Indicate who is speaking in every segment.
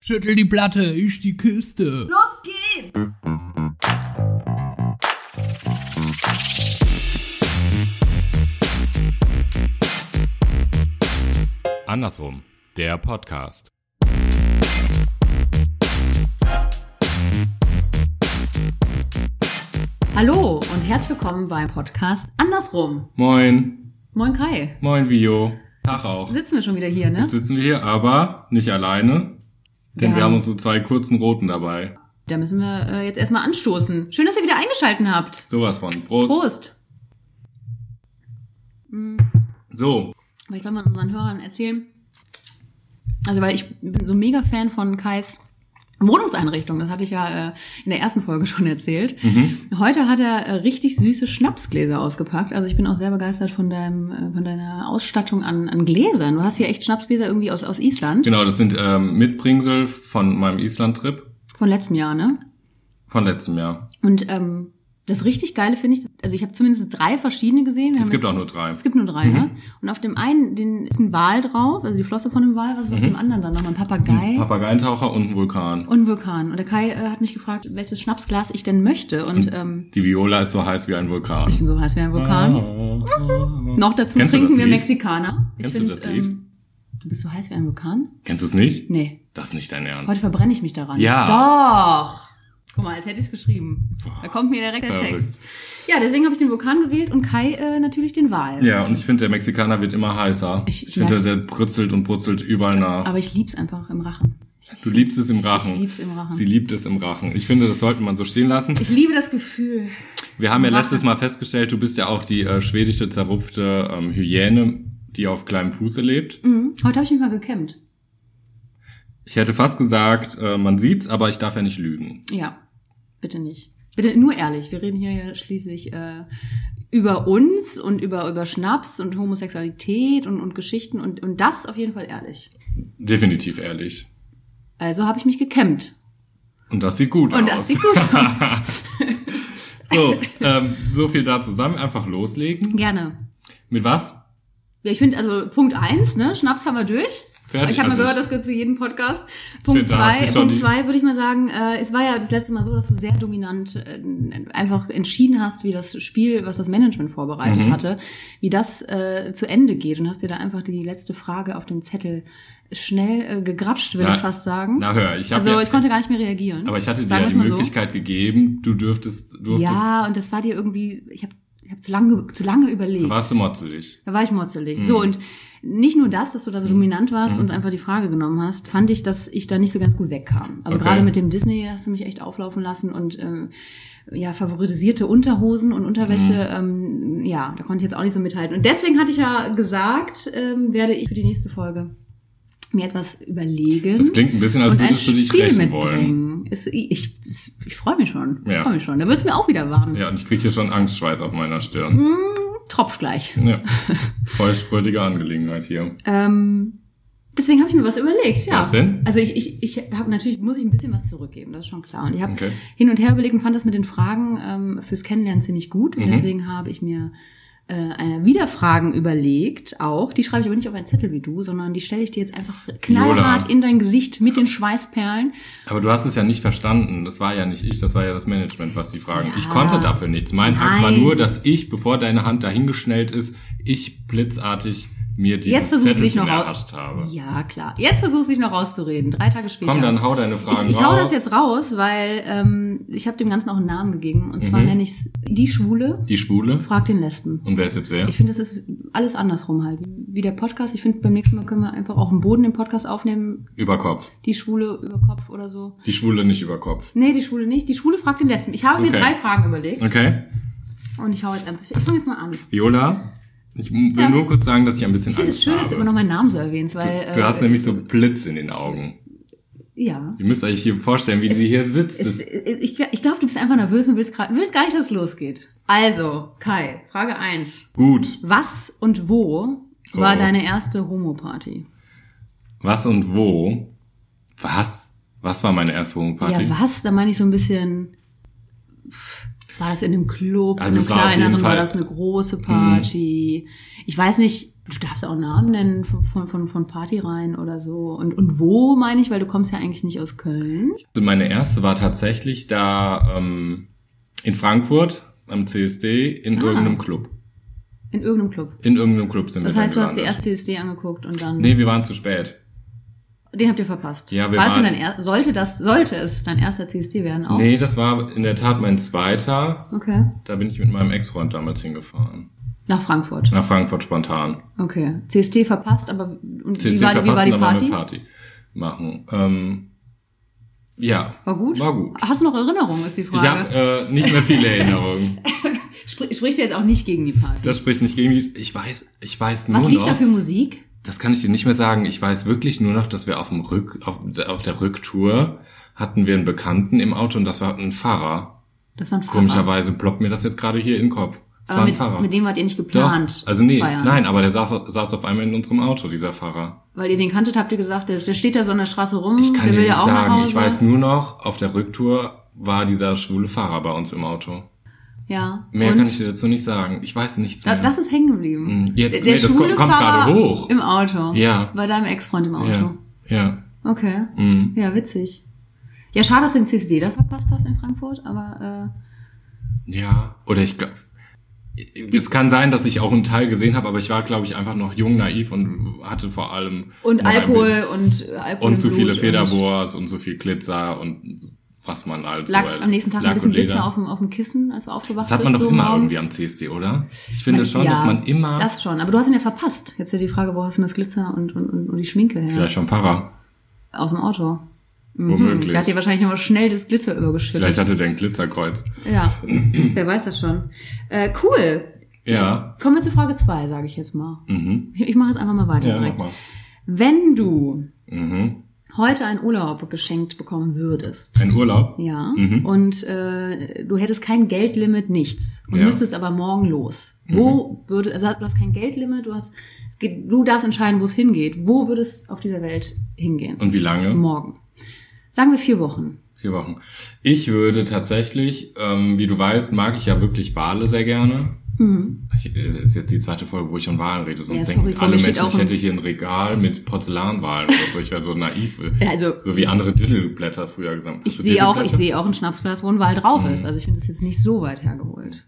Speaker 1: Schüttel die Platte, ich die Kiste.
Speaker 2: Los geht's!
Speaker 3: Andersrum, der Podcast.
Speaker 4: Hallo und herzlich willkommen beim Podcast Andersrum.
Speaker 3: Moin,
Speaker 4: Moin Kai.
Speaker 3: moin Vio. Tag auch.
Speaker 4: Sitzen wir schon wieder hier, ne?
Speaker 3: Jetzt sitzen wir hier, aber nicht alleine, denn
Speaker 4: Ja.
Speaker 3: wir haben uns so zwei kurzen Roten dabei.
Speaker 4: Da müssen wir äh, jetzt erstmal anstoßen. Schön, dass ihr wieder eingeschalten habt.
Speaker 3: Sowas von. Prost.
Speaker 4: Prost. Hm,
Speaker 3: So,
Speaker 4: Was soll man unseren Hörern erzählen? Also, weil ich bin so mega Fan von Kais Wohnungseinrichtung. Das hatte ich ja äh, in der ersten Folge schon erzählt.
Speaker 3: mhm.
Speaker 4: Heute hat er äh, richtig süße Schnapsgläser ausgepackt. Also ich bin auch sehr begeistert von, deinem, äh, von deiner Ausstattung an, an Gläsern. Du hast hier echt Schnapsgläser irgendwie aus, aus Island.
Speaker 3: genau, das sind ähm, Mitbringsel von meinem Island-Trip
Speaker 4: Von letztem Jahr, ne?
Speaker 3: von letztem Jahr.
Speaker 4: Und ähm, das richtig Geile finde ich, also ich habe zumindest drei verschiedene gesehen. Wir
Speaker 3: Es
Speaker 4: haben
Speaker 3: gibt
Speaker 4: jetzt-
Speaker 3: auch nur drei.
Speaker 4: Es gibt nur drei,
Speaker 3: Mhm.
Speaker 4: ne? Und auf dem einen den, ist ein Wal drauf, also die Flosse von dem Wal. Was ist auf
Speaker 3: Mhm.
Speaker 4: dem anderen dann nochmal? Ein Papagei
Speaker 3: Ein Papageientaucher und ein Vulkan.
Speaker 4: und ein Vulkan. Und der Kai äh, hat mich gefragt, welches Schnapsglas ich denn möchte. Und
Speaker 3: Mhm.
Speaker 4: ähm,
Speaker 3: Die Viola ist so heiß wie ein Vulkan. Ah.
Speaker 4: ich bin so heiß wie ein Vulkan.
Speaker 3: Vulkan.
Speaker 4: Noch
Speaker 3: Ah.
Speaker 4: dazu
Speaker 3: Kennst du
Speaker 4: trinken
Speaker 3: das
Speaker 4: wir
Speaker 3: Lied?
Speaker 4: Mexikaner.
Speaker 3: Kennst du das Lied?
Speaker 4: Ähm, du bist so heiß wie ein Vulkan?
Speaker 3: Kennst du es nicht?
Speaker 4: Nee,
Speaker 3: Das ist nicht dein
Speaker 4: heute
Speaker 3: Ernst.
Speaker 4: verbrenne ich mich daran.
Speaker 3: Ja.
Speaker 4: Doch. Guck mal, als hätte ich es geschrieben. Da kommt mir direkt der
Speaker 3: Verrückt.
Speaker 4: Text. Ja, deswegen habe ich den Vulkan gewählt und Kai äh, natürlich den Wal.
Speaker 3: Ja, und ich finde, der Mexikaner wird immer heißer.
Speaker 4: Ich-
Speaker 3: Ich, finde,
Speaker 4: merk's.
Speaker 3: der brutzelt und brutzelt überall nach.
Speaker 4: Aber ich lieb's einfach im Rachen. Ich, ich
Speaker 3: Du liebst es im
Speaker 4: ich-
Speaker 3: Rachen.
Speaker 4: Ich lieb's im Rachen.
Speaker 3: Sie liebt es im Rachen. Ich finde, das sollte man so stehen lassen.
Speaker 4: ich liebe das Gefühl.
Speaker 3: Wir haben ja
Speaker 4: Rachen.
Speaker 3: letztes Mal festgestellt, du bist ja auch die äh, schwedische zerrupfte ähm, Hyäne, die auf kleinem Fuße lebt.
Speaker 4: Mhm. Heute habe ich mich mal gekämmt.
Speaker 3: Ich hätte fast gesagt, äh, man sieht's, aber ich darf ja nicht lügen.
Speaker 4: Ja, bitte nicht. Bitte nur ehrlich. Wir reden hier ja schließlich äh, über uns und über, über Schnaps und Homosexualität und, und Geschichten und, und das auf jeden Fall ehrlich.
Speaker 3: Definitiv ehrlich.
Speaker 4: Also habe ich mich gekämmt.
Speaker 3: Und das sieht gut aus.
Speaker 4: Und das sieht gut aus.
Speaker 3: so, ähm, so viel da zusammen. Einfach loslegen.
Speaker 4: Gerne.
Speaker 3: Mit was?
Speaker 4: Ja, ich finde, also Punkt eins, ne, Schnaps haben wir durch.
Speaker 3: Fertig.
Speaker 4: Ich habe mal
Speaker 3: Also
Speaker 4: gehört, das gehört zu jedem Podcast. Punkt
Speaker 3: find, da hat
Speaker 4: zwei,
Speaker 3: sich schon
Speaker 4: Punkt
Speaker 3: die-
Speaker 4: zwei würde ich mal sagen, äh, es war ja das letzte Mal so, dass du sehr dominant äh, einfach entschieden hast, wie das Spiel, was das Management vorbereitet
Speaker 3: Mhm.
Speaker 4: hatte, wie das äh, zu Ende geht und hast dir da einfach die letzte Frage auf dem Zettel schnell äh, gegrapscht, würde
Speaker 3: Na-
Speaker 4: ich fast sagen.
Speaker 3: Na hör, ich habe
Speaker 4: also
Speaker 3: ja,
Speaker 4: ich konnte gar nicht mehr reagieren.
Speaker 3: aber ich hatte dir
Speaker 4: Sagen
Speaker 3: ja
Speaker 4: wir's
Speaker 3: die
Speaker 4: mal so.
Speaker 3: Möglichkeit gegeben, du dürftest, durftest,
Speaker 4: ja, und das war dir irgendwie, ich habe ich hab zu lange zu lange überlegt.
Speaker 3: da warst du motzelig.
Speaker 4: Da war ich motzelig.
Speaker 3: Mhm.
Speaker 4: So, und nicht nur das, dass du da so dominant warst
Speaker 3: Mhm.
Speaker 4: und einfach die Frage genommen hast, fand ich, dass ich da nicht so ganz gut wegkam. Also
Speaker 3: Okay.
Speaker 4: gerade mit dem Disney hast du mich echt auflaufen lassen und ähm, ja, favoritisierte Unterhosen und Unterwäsche,
Speaker 3: Mhm.
Speaker 4: ähm, ja, da konnte ich jetzt auch nicht so mithalten. Und deswegen hatte ich ja gesagt, ähm, werde ich für die nächste Folge mir etwas überlegen.
Speaker 3: Das klingt ein bisschen, als
Speaker 4: Mhm. und ein
Speaker 3: würdest du dich
Speaker 4: Spiel
Speaker 3: rächen wollen.
Speaker 4: mitbringen. Ist, ich ich, ich freue mich schon.
Speaker 3: Ja.
Speaker 4: Ich freue mich schon. Da wird es mir auch wieder warm.
Speaker 3: Ja, und ich kriege hier schon Angstschweiß auf meiner Stirn.
Speaker 4: Mm, tropft gleich.
Speaker 3: Ja. Voll freudige Angelegenheit hier.
Speaker 4: Ähm, deswegen habe ich mir was überlegt, ja.
Speaker 3: Was denn?
Speaker 4: Also ich, ich, ich habe natürlich, muss ich ein bisschen was zurückgeben, das ist schon klar. Und ich habe
Speaker 3: Okay.
Speaker 4: hin und her überlegt und fand das mit den Fragen ähm, fürs Kennenlernen ziemlich gut. Und
Speaker 3: Mhm.
Speaker 4: deswegen habe ich mir äh, eine- wieder Fragen überlegt auch. Die schreibe ich aber nicht auf einen Zettel wie du, sondern die stelle ich dir jetzt einfach knallhart
Speaker 3: Lola.
Speaker 4: in dein Gesicht mit den Schweißperlen.
Speaker 3: Aber du hast es ja nicht verstanden. Das war ja nicht ich, das war ja das Management, was die fragen.
Speaker 4: Ja.
Speaker 3: Ich konnte dafür nichts. Mein Akt war
Speaker 4: Nein.
Speaker 3: nur, dass ich, bevor deine Hand dahingeschnellt ist, ich blitzartig mir
Speaker 4: Jetzt
Speaker 3: dieses
Speaker 4: versuchst du dich
Speaker 3: Zettelchen
Speaker 4: noch au-
Speaker 3: erhascht habe.
Speaker 4: Ja, klar. Jetzt versuchst du dich noch rauszureden, drei Tage später.
Speaker 3: Komm, dann hau deine Fragen
Speaker 4: Ich, ich hau
Speaker 3: raus.
Speaker 4: das jetzt raus, weil ähm, ich habe dem Ganzen auch einen Namen gegeben. Und zwar
Speaker 3: Mhm.
Speaker 4: nenne ich es die Schwule
Speaker 3: Die Schwule.
Speaker 4: fragt den Lesben.
Speaker 3: Und wer ist jetzt wer?
Speaker 4: Ich finde, das ist alles andersrum halt. Wie der Podcast. Ich finde, beim nächsten Mal können wir einfach auf dem Boden den Podcast aufnehmen.
Speaker 3: Über Kopf.
Speaker 4: Die Schwule über Kopf oder so.
Speaker 3: Die Schwule nicht über Kopf.
Speaker 4: Nee, die Schwule nicht. Die Schwule fragt den Letzten. Ich habe mir
Speaker 3: Okay.
Speaker 4: drei Fragen überlegt.
Speaker 3: Okay.
Speaker 4: Und ich hau jetzt einfach. Ich fange jetzt mal an.
Speaker 3: Viola, ich m- will
Speaker 4: Ja.
Speaker 3: nur kurz sagen, dass ich ein bisschen
Speaker 4: Ich finde
Speaker 3: Angst
Speaker 4: es schön, dass
Speaker 3: habe.
Speaker 4: du immer noch meinen Namen so erwähnst, weil.
Speaker 3: du
Speaker 4: äh,
Speaker 3: hast nämlich so Blitz in den Augen.
Speaker 4: Ja.
Speaker 3: Ihr müsst euch hier vorstellen, wie
Speaker 4: Es-
Speaker 3: sie hier sitzt.
Speaker 4: Es, äh,
Speaker 3: Das,
Speaker 4: ich ich glaube, du bist einfach nervös und willst, grad, willst gar nicht, dass es losgeht. Also, Kai, Frage eins.
Speaker 3: gut.
Speaker 4: Was und wo
Speaker 3: Oh.
Speaker 4: war deine erste Homo-Party?
Speaker 3: Was und wo? Was? Was war meine erste Homeparty?
Speaker 4: Ja, was? Da meine ich so ein bisschen. War das in einem Club,
Speaker 3: Also
Speaker 4: in Also einem
Speaker 3: es war auf jeden
Speaker 4: kleineren, war
Speaker 3: Fall-
Speaker 4: das eine große Party? Ich weiß nicht, Du darfst auch Namen nennen von, von, von, von Partyreihen oder so. Und, und wo, meine ich, weil du kommst ja eigentlich nicht aus Köln.
Speaker 3: Also meine erste war tatsächlich da ähm, in Frankfurt am CSD in
Speaker 4: Ah.
Speaker 3: irgendeinem Club.
Speaker 4: In irgendeinem Club.
Speaker 3: In irgendeinem Club sind
Speaker 4: Das
Speaker 3: wir
Speaker 4: heißt, du
Speaker 3: dann
Speaker 4: hast dir
Speaker 3: gelandet.
Speaker 4: erst CSD angeguckt und dann.
Speaker 3: Nee, wir waren zu spät.
Speaker 4: Den habt ihr verpasst.
Speaker 3: Ja, wir
Speaker 4: War das denn
Speaker 3: waren-
Speaker 4: dein er sollte das, sollte es dein erster CSD werden auch?
Speaker 3: Nee, das war in der Tat mein zweiter.
Speaker 4: Okay.
Speaker 3: Da bin ich mit meinem Ex-Freund damals hingefahren.
Speaker 4: Nach Frankfurt.
Speaker 3: Nach Frankfurt spontan.
Speaker 4: Okay. CSD verpasst, aber und
Speaker 3: CSD
Speaker 4: wie, war, wie war die
Speaker 3: verpassen, aber
Speaker 4: Party?
Speaker 3: eine Party machen. Ähm, ja.
Speaker 4: War gut?
Speaker 3: War gut.
Speaker 4: Hast du noch Erinnerungen, ist die
Speaker 3: Ich habe
Speaker 4: Frage.
Speaker 3: äh, nicht mehr viele Erinnerungen.
Speaker 4: Spr spricht ja jetzt auch nicht gegen die Party.
Speaker 3: Das spricht nicht gegen mich. Ich weiß, ich weiß nur
Speaker 4: Was lief
Speaker 3: noch.
Speaker 4: da für Musik?
Speaker 3: Das kann ich dir nicht mehr sagen. Ich weiß wirklich nur noch, dass wir auf dem Rück, auf, auf der Rücktour hatten wir einen Bekannten im Auto und das war ein Fahrer.
Speaker 4: Das war ein Pfarrer.
Speaker 3: Komischerweise ploppt mir das jetzt gerade hier in den Kopf. Das
Speaker 4: Aber
Speaker 3: war ein
Speaker 4: mit,
Speaker 3: Fahrer.
Speaker 4: mit dem wart ihr nicht
Speaker 3: Doch.
Speaker 4: geplant.
Speaker 3: Also nee,
Speaker 4: feiern.
Speaker 3: nein, aber der saß, saß auf einmal in unserem Auto, dieser Fahrer.
Speaker 4: Weil ihr den kanntet, habt ihr gesagt, der, der steht da so an der Straße rum,
Speaker 3: Ich kann
Speaker 4: Oh, der
Speaker 3: dir
Speaker 4: will
Speaker 3: nicht
Speaker 4: ja auch nach
Speaker 3: sagen.
Speaker 4: Hause.
Speaker 3: Ich weiß nur noch, auf der Rücktour war dieser schwule Fahrer bei uns im Auto.
Speaker 4: ja.
Speaker 3: Mehr
Speaker 4: Und
Speaker 3: kann ich dir dazu nicht sagen. Ich weiß nichts
Speaker 4: da,
Speaker 3: mehr.
Speaker 4: das ist hängen geblieben.
Speaker 3: Mm, Jetzt,
Speaker 4: Der,
Speaker 3: nee,
Speaker 4: der
Speaker 3: das ko-
Speaker 4: schwule
Speaker 3: kommt gerade
Speaker 4: Fahrer
Speaker 3: hoch.
Speaker 4: Im Auto.
Speaker 3: Ja.
Speaker 4: Bei deinem Ex-Freund im Auto.
Speaker 3: Ja. Ja.
Speaker 4: Okay.
Speaker 3: Mm.
Speaker 4: Ja, witzig. Ja, schade, dass du den CSD da verpasst hast in Frankfurt, aber äh,
Speaker 3: Ja, oder ich glaube, es kann sein, dass ich auch einen Teil gesehen habe, aber ich war, glaube ich, einfach noch jung, naiv und hatte vor allem
Speaker 4: äh, und
Speaker 3: noch ein Bild.
Speaker 4: Alkohol und äh, Alkohol.
Speaker 3: und
Speaker 4: im
Speaker 3: zu
Speaker 4: Blut
Speaker 3: viele Federboas und zu viel Glitzer und was man halt
Speaker 4: und Lack,
Speaker 3: so erlebt.
Speaker 4: am nächsten Tag
Speaker 3: Lack
Speaker 4: ein bisschen
Speaker 3: und Leder.
Speaker 4: Glitzer auf dem, auf dem Kissen, als du aufgewacht
Speaker 3: Das hat
Speaker 4: bist.
Speaker 3: man doch
Speaker 4: so
Speaker 3: immer
Speaker 4: morgens. Äh,
Speaker 3: irgendwie am CSD, oder? Ich finde schon,
Speaker 4: Ja,
Speaker 3: dass man immer
Speaker 4: Das schon, aber du hast ihn ja verpasst. Jetzt ist ja die Frage, wo hast du denn das Glitzer und, und, und, und die Schminke her?
Speaker 3: vielleicht vom Pfarrer,
Speaker 4: Aus dem Auto. Mhm.
Speaker 3: Womöglich.
Speaker 4: Da hat dir wahrscheinlich nochmal schnell das Glitzer übergeschüttet.
Speaker 3: vielleicht hatte der ein Glitzerkreuz.
Speaker 4: ja, wer weiß das schon. Äh, cool.
Speaker 3: Ja.
Speaker 4: Kommen wir zu Frage zwei, sage ich jetzt mal.
Speaker 3: Mhm.
Speaker 4: Ich, ich mache jetzt einfach mal weiter
Speaker 3: Ja, mach
Speaker 4: direkt.
Speaker 3: mal.
Speaker 4: Wenn du
Speaker 3: Mhm.
Speaker 4: heute einen Urlaub geschenkt bekommen würdest,
Speaker 3: Ein Urlaub.
Speaker 4: ja,
Speaker 3: Mhm.
Speaker 4: und äh, du hättest kein Geldlimit, nichts, und
Speaker 3: Ja. Mhm.
Speaker 4: müsstest aber morgen los. Wo würde, also du hast kein Geldlimit, du hast, es geht, du darfst entscheiden, wo es hingeht. Wo würde es auf dieser Welt hingehen?
Speaker 3: Und wie lange?
Speaker 4: Morgen. Sagen wir vier Wochen.
Speaker 3: Vier Wochen. Ich würde tatsächlich, ähm, wie du weißt, mag ich ja wirklich Wale sehr gerne.
Speaker 4: Mhm.
Speaker 3: Ich, äh, es ist jetzt die zweite Folge, wo ich von Wahlen rede. Sonst
Speaker 4: Ja, sorry,
Speaker 3: denken
Speaker 4: vor
Speaker 3: alle
Speaker 4: mir steht
Speaker 3: Menschen,
Speaker 4: auch
Speaker 3: ich
Speaker 4: ein-
Speaker 3: hätte hier ein Regal mit Porzellanwahlen oder so. Ich wäre so naiv. äh,
Speaker 4: Also
Speaker 3: So wie andere Diddleblätter früher gesagt
Speaker 4: ich sehe auch, ich sehe auch ein Schnapsglas, wo ein Wal drauf
Speaker 3: Mhm.
Speaker 4: ist. Also ich finde das jetzt nicht so weit hergeholt.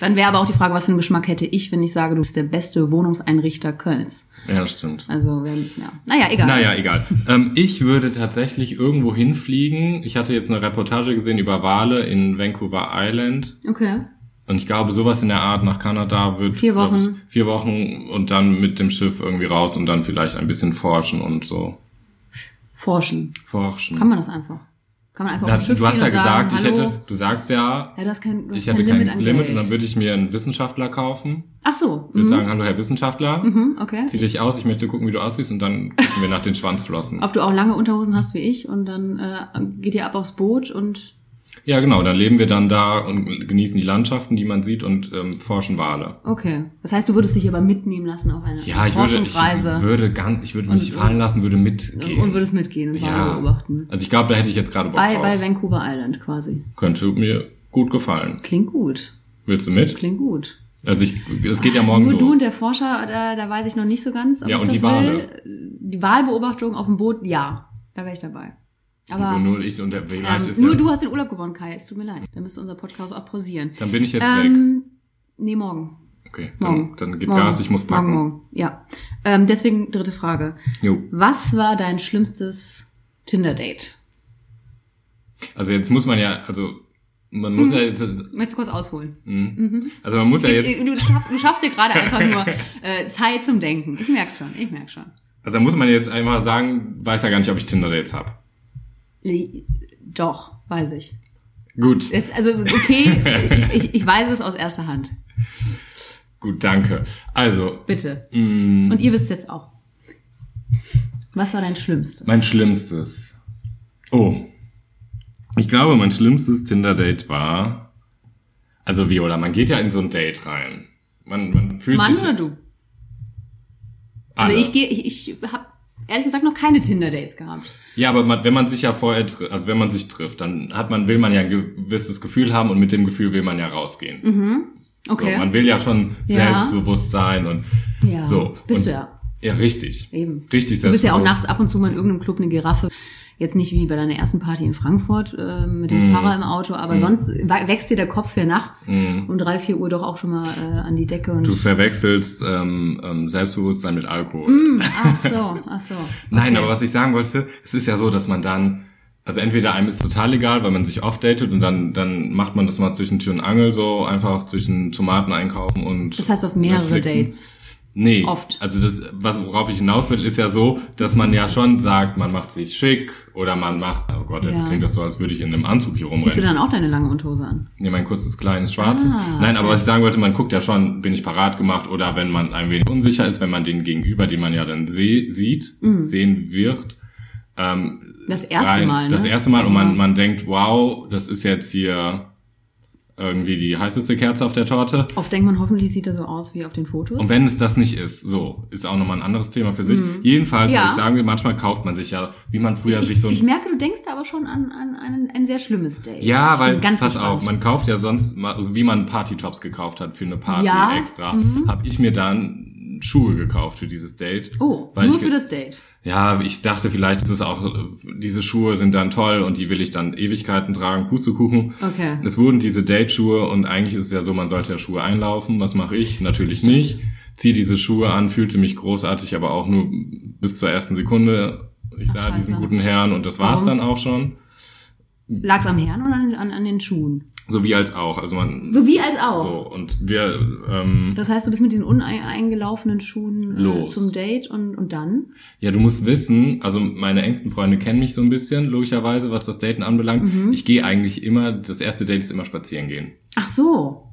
Speaker 4: Dann wäre aber auch die Frage, was für einen Geschmack hätte ich, wenn ich sage, du bist der beste Wohnungseinrichter Kölns.
Speaker 3: Ja, das stimmt.
Speaker 4: Also, wir, ja. naja, egal.
Speaker 3: Naja, egal. ähm, ich würde tatsächlich irgendwo hinfliegen. Ich hatte jetzt eine Reportage gesehen über Wale in Vancouver Island.
Speaker 4: Okay.
Speaker 3: Und ich glaube, sowas in der Art nach Kanada wird
Speaker 4: Vier
Speaker 3: glaub
Speaker 4: Wochen.
Speaker 3: Ich, vier Wochen und dann mit dem Schiff irgendwie raus und dann vielleicht ein bisschen forschen und so.
Speaker 4: Forschen.
Speaker 3: Forschen.
Speaker 4: Kann man das einfach? Kann man einfach
Speaker 3: Na,
Speaker 4: auf ein Schiff
Speaker 3: du hast
Speaker 4: gehen
Speaker 3: ja
Speaker 4: und sagen,
Speaker 3: gesagt, ich
Speaker 4: hallo?
Speaker 3: hätte, du sagst ja,
Speaker 4: ja, du hast kein, du hast
Speaker 3: ich hätte
Speaker 4: Limit
Speaker 3: kein
Speaker 4: an
Speaker 3: Limit
Speaker 4: Geld.
Speaker 3: und dann würde ich mir einen Wissenschaftler kaufen.
Speaker 4: Ach so.
Speaker 3: Ich würde
Speaker 4: Mhm.
Speaker 3: sagen, hallo Herr Wissenschaftler,
Speaker 4: Mhm, okay.
Speaker 3: zieh dich aus, ich möchte gucken, wie du aussiehst und dann gucken wir nach den Schwanzflossen.
Speaker 4: Ob du auch lange Unterhosen hast wie ich und dann äh, geht ihr ab aufs Boot und
Speaker 3: Ja, genau, dann leben wir dann da und genießen die Landschaften, die man sieht und ähm, forschen Wale.
Speaker 4: okay. Das heißt, du würdest dich aber mitnehmen lassen auf eine
Speaker 3: Ja, ich würde, ich
Speaker 4: Forschungsreise
Speaker 3: würde ganz, ich würde mich
Speaker 4: Und- äh,
Speaker 3: fallen lassen, würde mitgehen.
Speaker 4: und würdest mitgehen und Wale
Speaker 3: Ja.
Speaker 4: beobachten.
Speaker 3: Also ich glaube, da hätte ich jetzt gerade Bock
Speaker 4: Bei,
Speaker 3: drauf.
Speaker 4: bei Vancouver Island quasi.
Speaker 3: Könnte mir gut gefallen.
Speaker 4: Klingt gut.
Speaker 3: Willst du mit?
Speaker 4: Klingt gut.
Speaker 3: Also ich, es geht ja morgen
Speaker 4: Nur
Speaker 3: los.
Speaker 4: du und der Forscher, da, da weiß ich noch nicht so ganz, ob
Speaker 3: Ja,
Speaker 4: ich
Speaker 3: und
Speaker 4: das
Speaker 3: die Wale.
Speaker 4: will. Die Wahlbeobachtung auf dem Boot, ja, da wäre ich dabei. Aber
Speaker 3: also nur ich und der vielleicht
Speaker 4: ähm,
Speaker 3: ist
Speaker 4: nur
Speaker 3: ja,
Speaker 4: du hast den Urlaub gewonnen, Kai. Es tut mir leid. Dann müsste unser Podcast auch pausieren.
Speaker 3: Dann bin ich jetzt weg.
Speaker 4: Ähm, nee, morgen.
Speaker 3: Okay,
Speaker 4: morgen.
Speaker 3: dann, dann gib
Speaker 4: morgen.
Speaker 3: Gas, ich muss packen.
Speaker 4: Morgen, morgen. Ja. Ähm, deswegen dritte Frage.
Speaker 3: Jo.
Speaker 4: Was war dein schlimmstes Tinder-Date?
Speaker 3: Also jetzt muss man ja, also man muss
Speaker 4: Mhm.
Speaker 3: ja jetzt,
Speaker 4: Möchtest du kurz ausholen?
Speaker 3: also man muss ja jetzt,
Speaker 4: Du, schaffst, du schaffst dir gerade einfach nur äh, Zeit zum Denken. Ich merk's schon, ich merk's schon.
Speaker 3: also da muss man jetzt einfach sagen, weiß ja gar nicht, ob ich Tinder Dates hab.
Speaker 4: Le- Doch, weiß ich.
Speaker 3: Gut,
Speaker 4: Jetzt, also, okay, ich, ich weiß es aus erster Hand.
Speaker 3: gut, danke. Also
Speaker 4: Bitte.
Speaker 3: mh,
Speaker 4: Und ihr wisst es jetzt auch. Was war dein Schlimmstes?
Speaker 3: mein Schlimmstes. Oh, ich glaube, mein schlimmstes Tinder Date war, also Viola, man geht ja in so ein Date rein. Man, man fühlt
Speaker 4: Mann
Speaker 3: sich
Speaker 4: oder du?
Speaker 3: alle.
Speaker 4: Also ich gehe, ich, ich habe ehrlich gesagt noch keine Tinder-Dates gehabt.
Speaker 3: Ja, aber man, wenn man sich ja vorher, tr- also wenn man sich trifft, dann hat man, will man ja ein gewisses Gefühl haben und mit dem Gefühl will man ja rausgehen.
Speaker 4: Mhm, Okay.
Speaker 3: So, man will ja schon
Speaker 4: Ja.
Speaker 3: selbstbewusst sein und
Speaker 4: Ja.
Speaker 3: so.
Speaker 4: Ähm, Bist
Speaker 3: und,
Speaker 4: du ja.
Speaker 3: Ja, richtig.
Speaker 4: Eben.
Speaker 3: Richtig
Speaker 4: Du bist ja auch
Speaker 3: selbstbewusst.
Speaker 4: nachts ab und zu mal in irgendeinem Club eine Giraffe. Jetzt nicht wie bei deiner ersten Party in Frankfurt äh, mit
Speaker 3: Mhm.
Speaker 4: dem Fahrer im Auto, aber sonst wa- wächst dir der Kopf ja nachts um drei, vier Uhr doch auch schon mal äh, an die Decke. Und
Speaker 3: Mhm. Du verwechselst ähm, ähm, Selbstbewusstsein mit Alkohol.
Speaker 4: Hm, ach so, ach so.
Speaker 3: Nein,
Speaker 4: Okay.
Speaker 3: aber was ich sagen wollte, es ist ja so, dass man dann, also entweder einem ist total egal, weil man sich oft datet und dann, dann macht man das mal zwischen Tür und Angel, so einfach zwischen Tomaten einkaufen und.
Speaker 4: Das heißt, du hast mehrere
Speaker 3: Netflixen.
Speaker 4: Dates.
Speaker 3: Nee.
Speaker 4: Oft.
Speaker 3: Also das, was, worauf ich hinaus will, ist ja so, dass man ja schon sagt, man macht sich schick oder man macht, oh Gott, jetzt
Speaker 4: Ja.
Speaker 3: klingt das so, als würde ich in einem Anzug hier rumrennen.
Speaker 4: Ziehst du dann auch deine lange Unterhose an?
Speaker 3: Nee, mein kurzes, kleines, schwarzes.
Speaker 4: Ah,
Speaker 3: Nein, aber
Speaker 4: okay.
Speaker 3: was ich sagen wollte, man guckt ja schon, bin ich parat gemacht oder wenn man ein wenig unsicher ist, wenn man den Gegenüber, den man ja dann seh, sieht, sehen wird. Ähm,
Speaker 4: Das Mhm. erste
Speaker 3: rein-
Speaker 4: Mal, ne?
Speaker 3: Das erste Mal um
Speaker 4: Sag
Speaker 3: und man,
Speaker 4: mal.
Speaker 3: man denkt, wow, das ist jetzt hier irgendwie die heißeste Kerze auf der Torte.
Speaker 4: Oft denkt man, hoffentlich sieht er so aus wie auf den Fotos.
Speaker 3: Und wenn es das nicht ist, so, ist auch nochmal ein anderes Thema für sich. Jedenfalls,
Speaker 4: Mhm. Ja.
Speaker 3: würde ich sagen will, manchmal kauft man sich ja, wie man früher
Speaker 4: ich,
Speaker 3: sich so ein
Speaker 4: ich merke, du denkst da aber schon an, an, einen, ein sehr schlimmes Date.
Speaker 3: Ja,
Speaker 4: Ich
Speaker 3: weil,
Speaker 4: bin ganz
Speaker 3: pass
Speaker 4: gespannt.
Speaker 3: auf, man kauft ja sonst, mal, also wie man Partytops gekauft hat für eine Party
Speaker 4: Ja, mhm.
Speaker 3: extra, habe ich mir dann Schuhe gekauft für dieses Date.
Speaker 4: Oh,
Speaker 3: weil
Speaker 4: nur
Speaker 3: ich
Speaker 4: für
Speaker 3: ge-
Speaker 4: das Date.
Speaker 3: Ja, ich dachte vielleicht ist es auch, äh, diese Schuhe sind dann toll und die will ich dann Ewigkeiten tragen, Pustekuchen.
Speaker 4: Okay.
Speaker 3: Es wurden diese Dateschuhe und eigentlich ist es ja so, man sollte ja Schuhe einlaufen. Was mache ich? Natürlich nicht. Zieh diese Schuhe an, fühlte mich großartig, aber auch nur bis zur ersten Sekunde. Ich
Speaker 4: Ach,
Speaker 3: sah
Speaker 4: scheiße.
Speaker 3: diesen guten Herrn und das war's
Speaker 4: Warum?
Speaker 3: dann auch schon.
Speaker 4: Lag's am Herrn oder an, an, an den Schuhen?
Speaker 3: So wie als auch. Also man
Speaker 4: So wie als auch.
Speaker 3: So, und wir, ähm,
Speaker 4: Oh. Das heißt, du bist mit diesen uneingelaufenen Schuhen äh,
Speaker 3: Los.
Speaker 4: zum Date und, und dann?
Speaker 3: ja, du musst wissen, also meine engsten Freunde kennen mich so ein bisschen, logischerweise, was das Daten anbelangt.
Speaker 4: Mhm.
Speaker 3: Ich gehe eigentlich immer, das erste Date ist immer spazieren gehen.
Speaker 4: Ach so.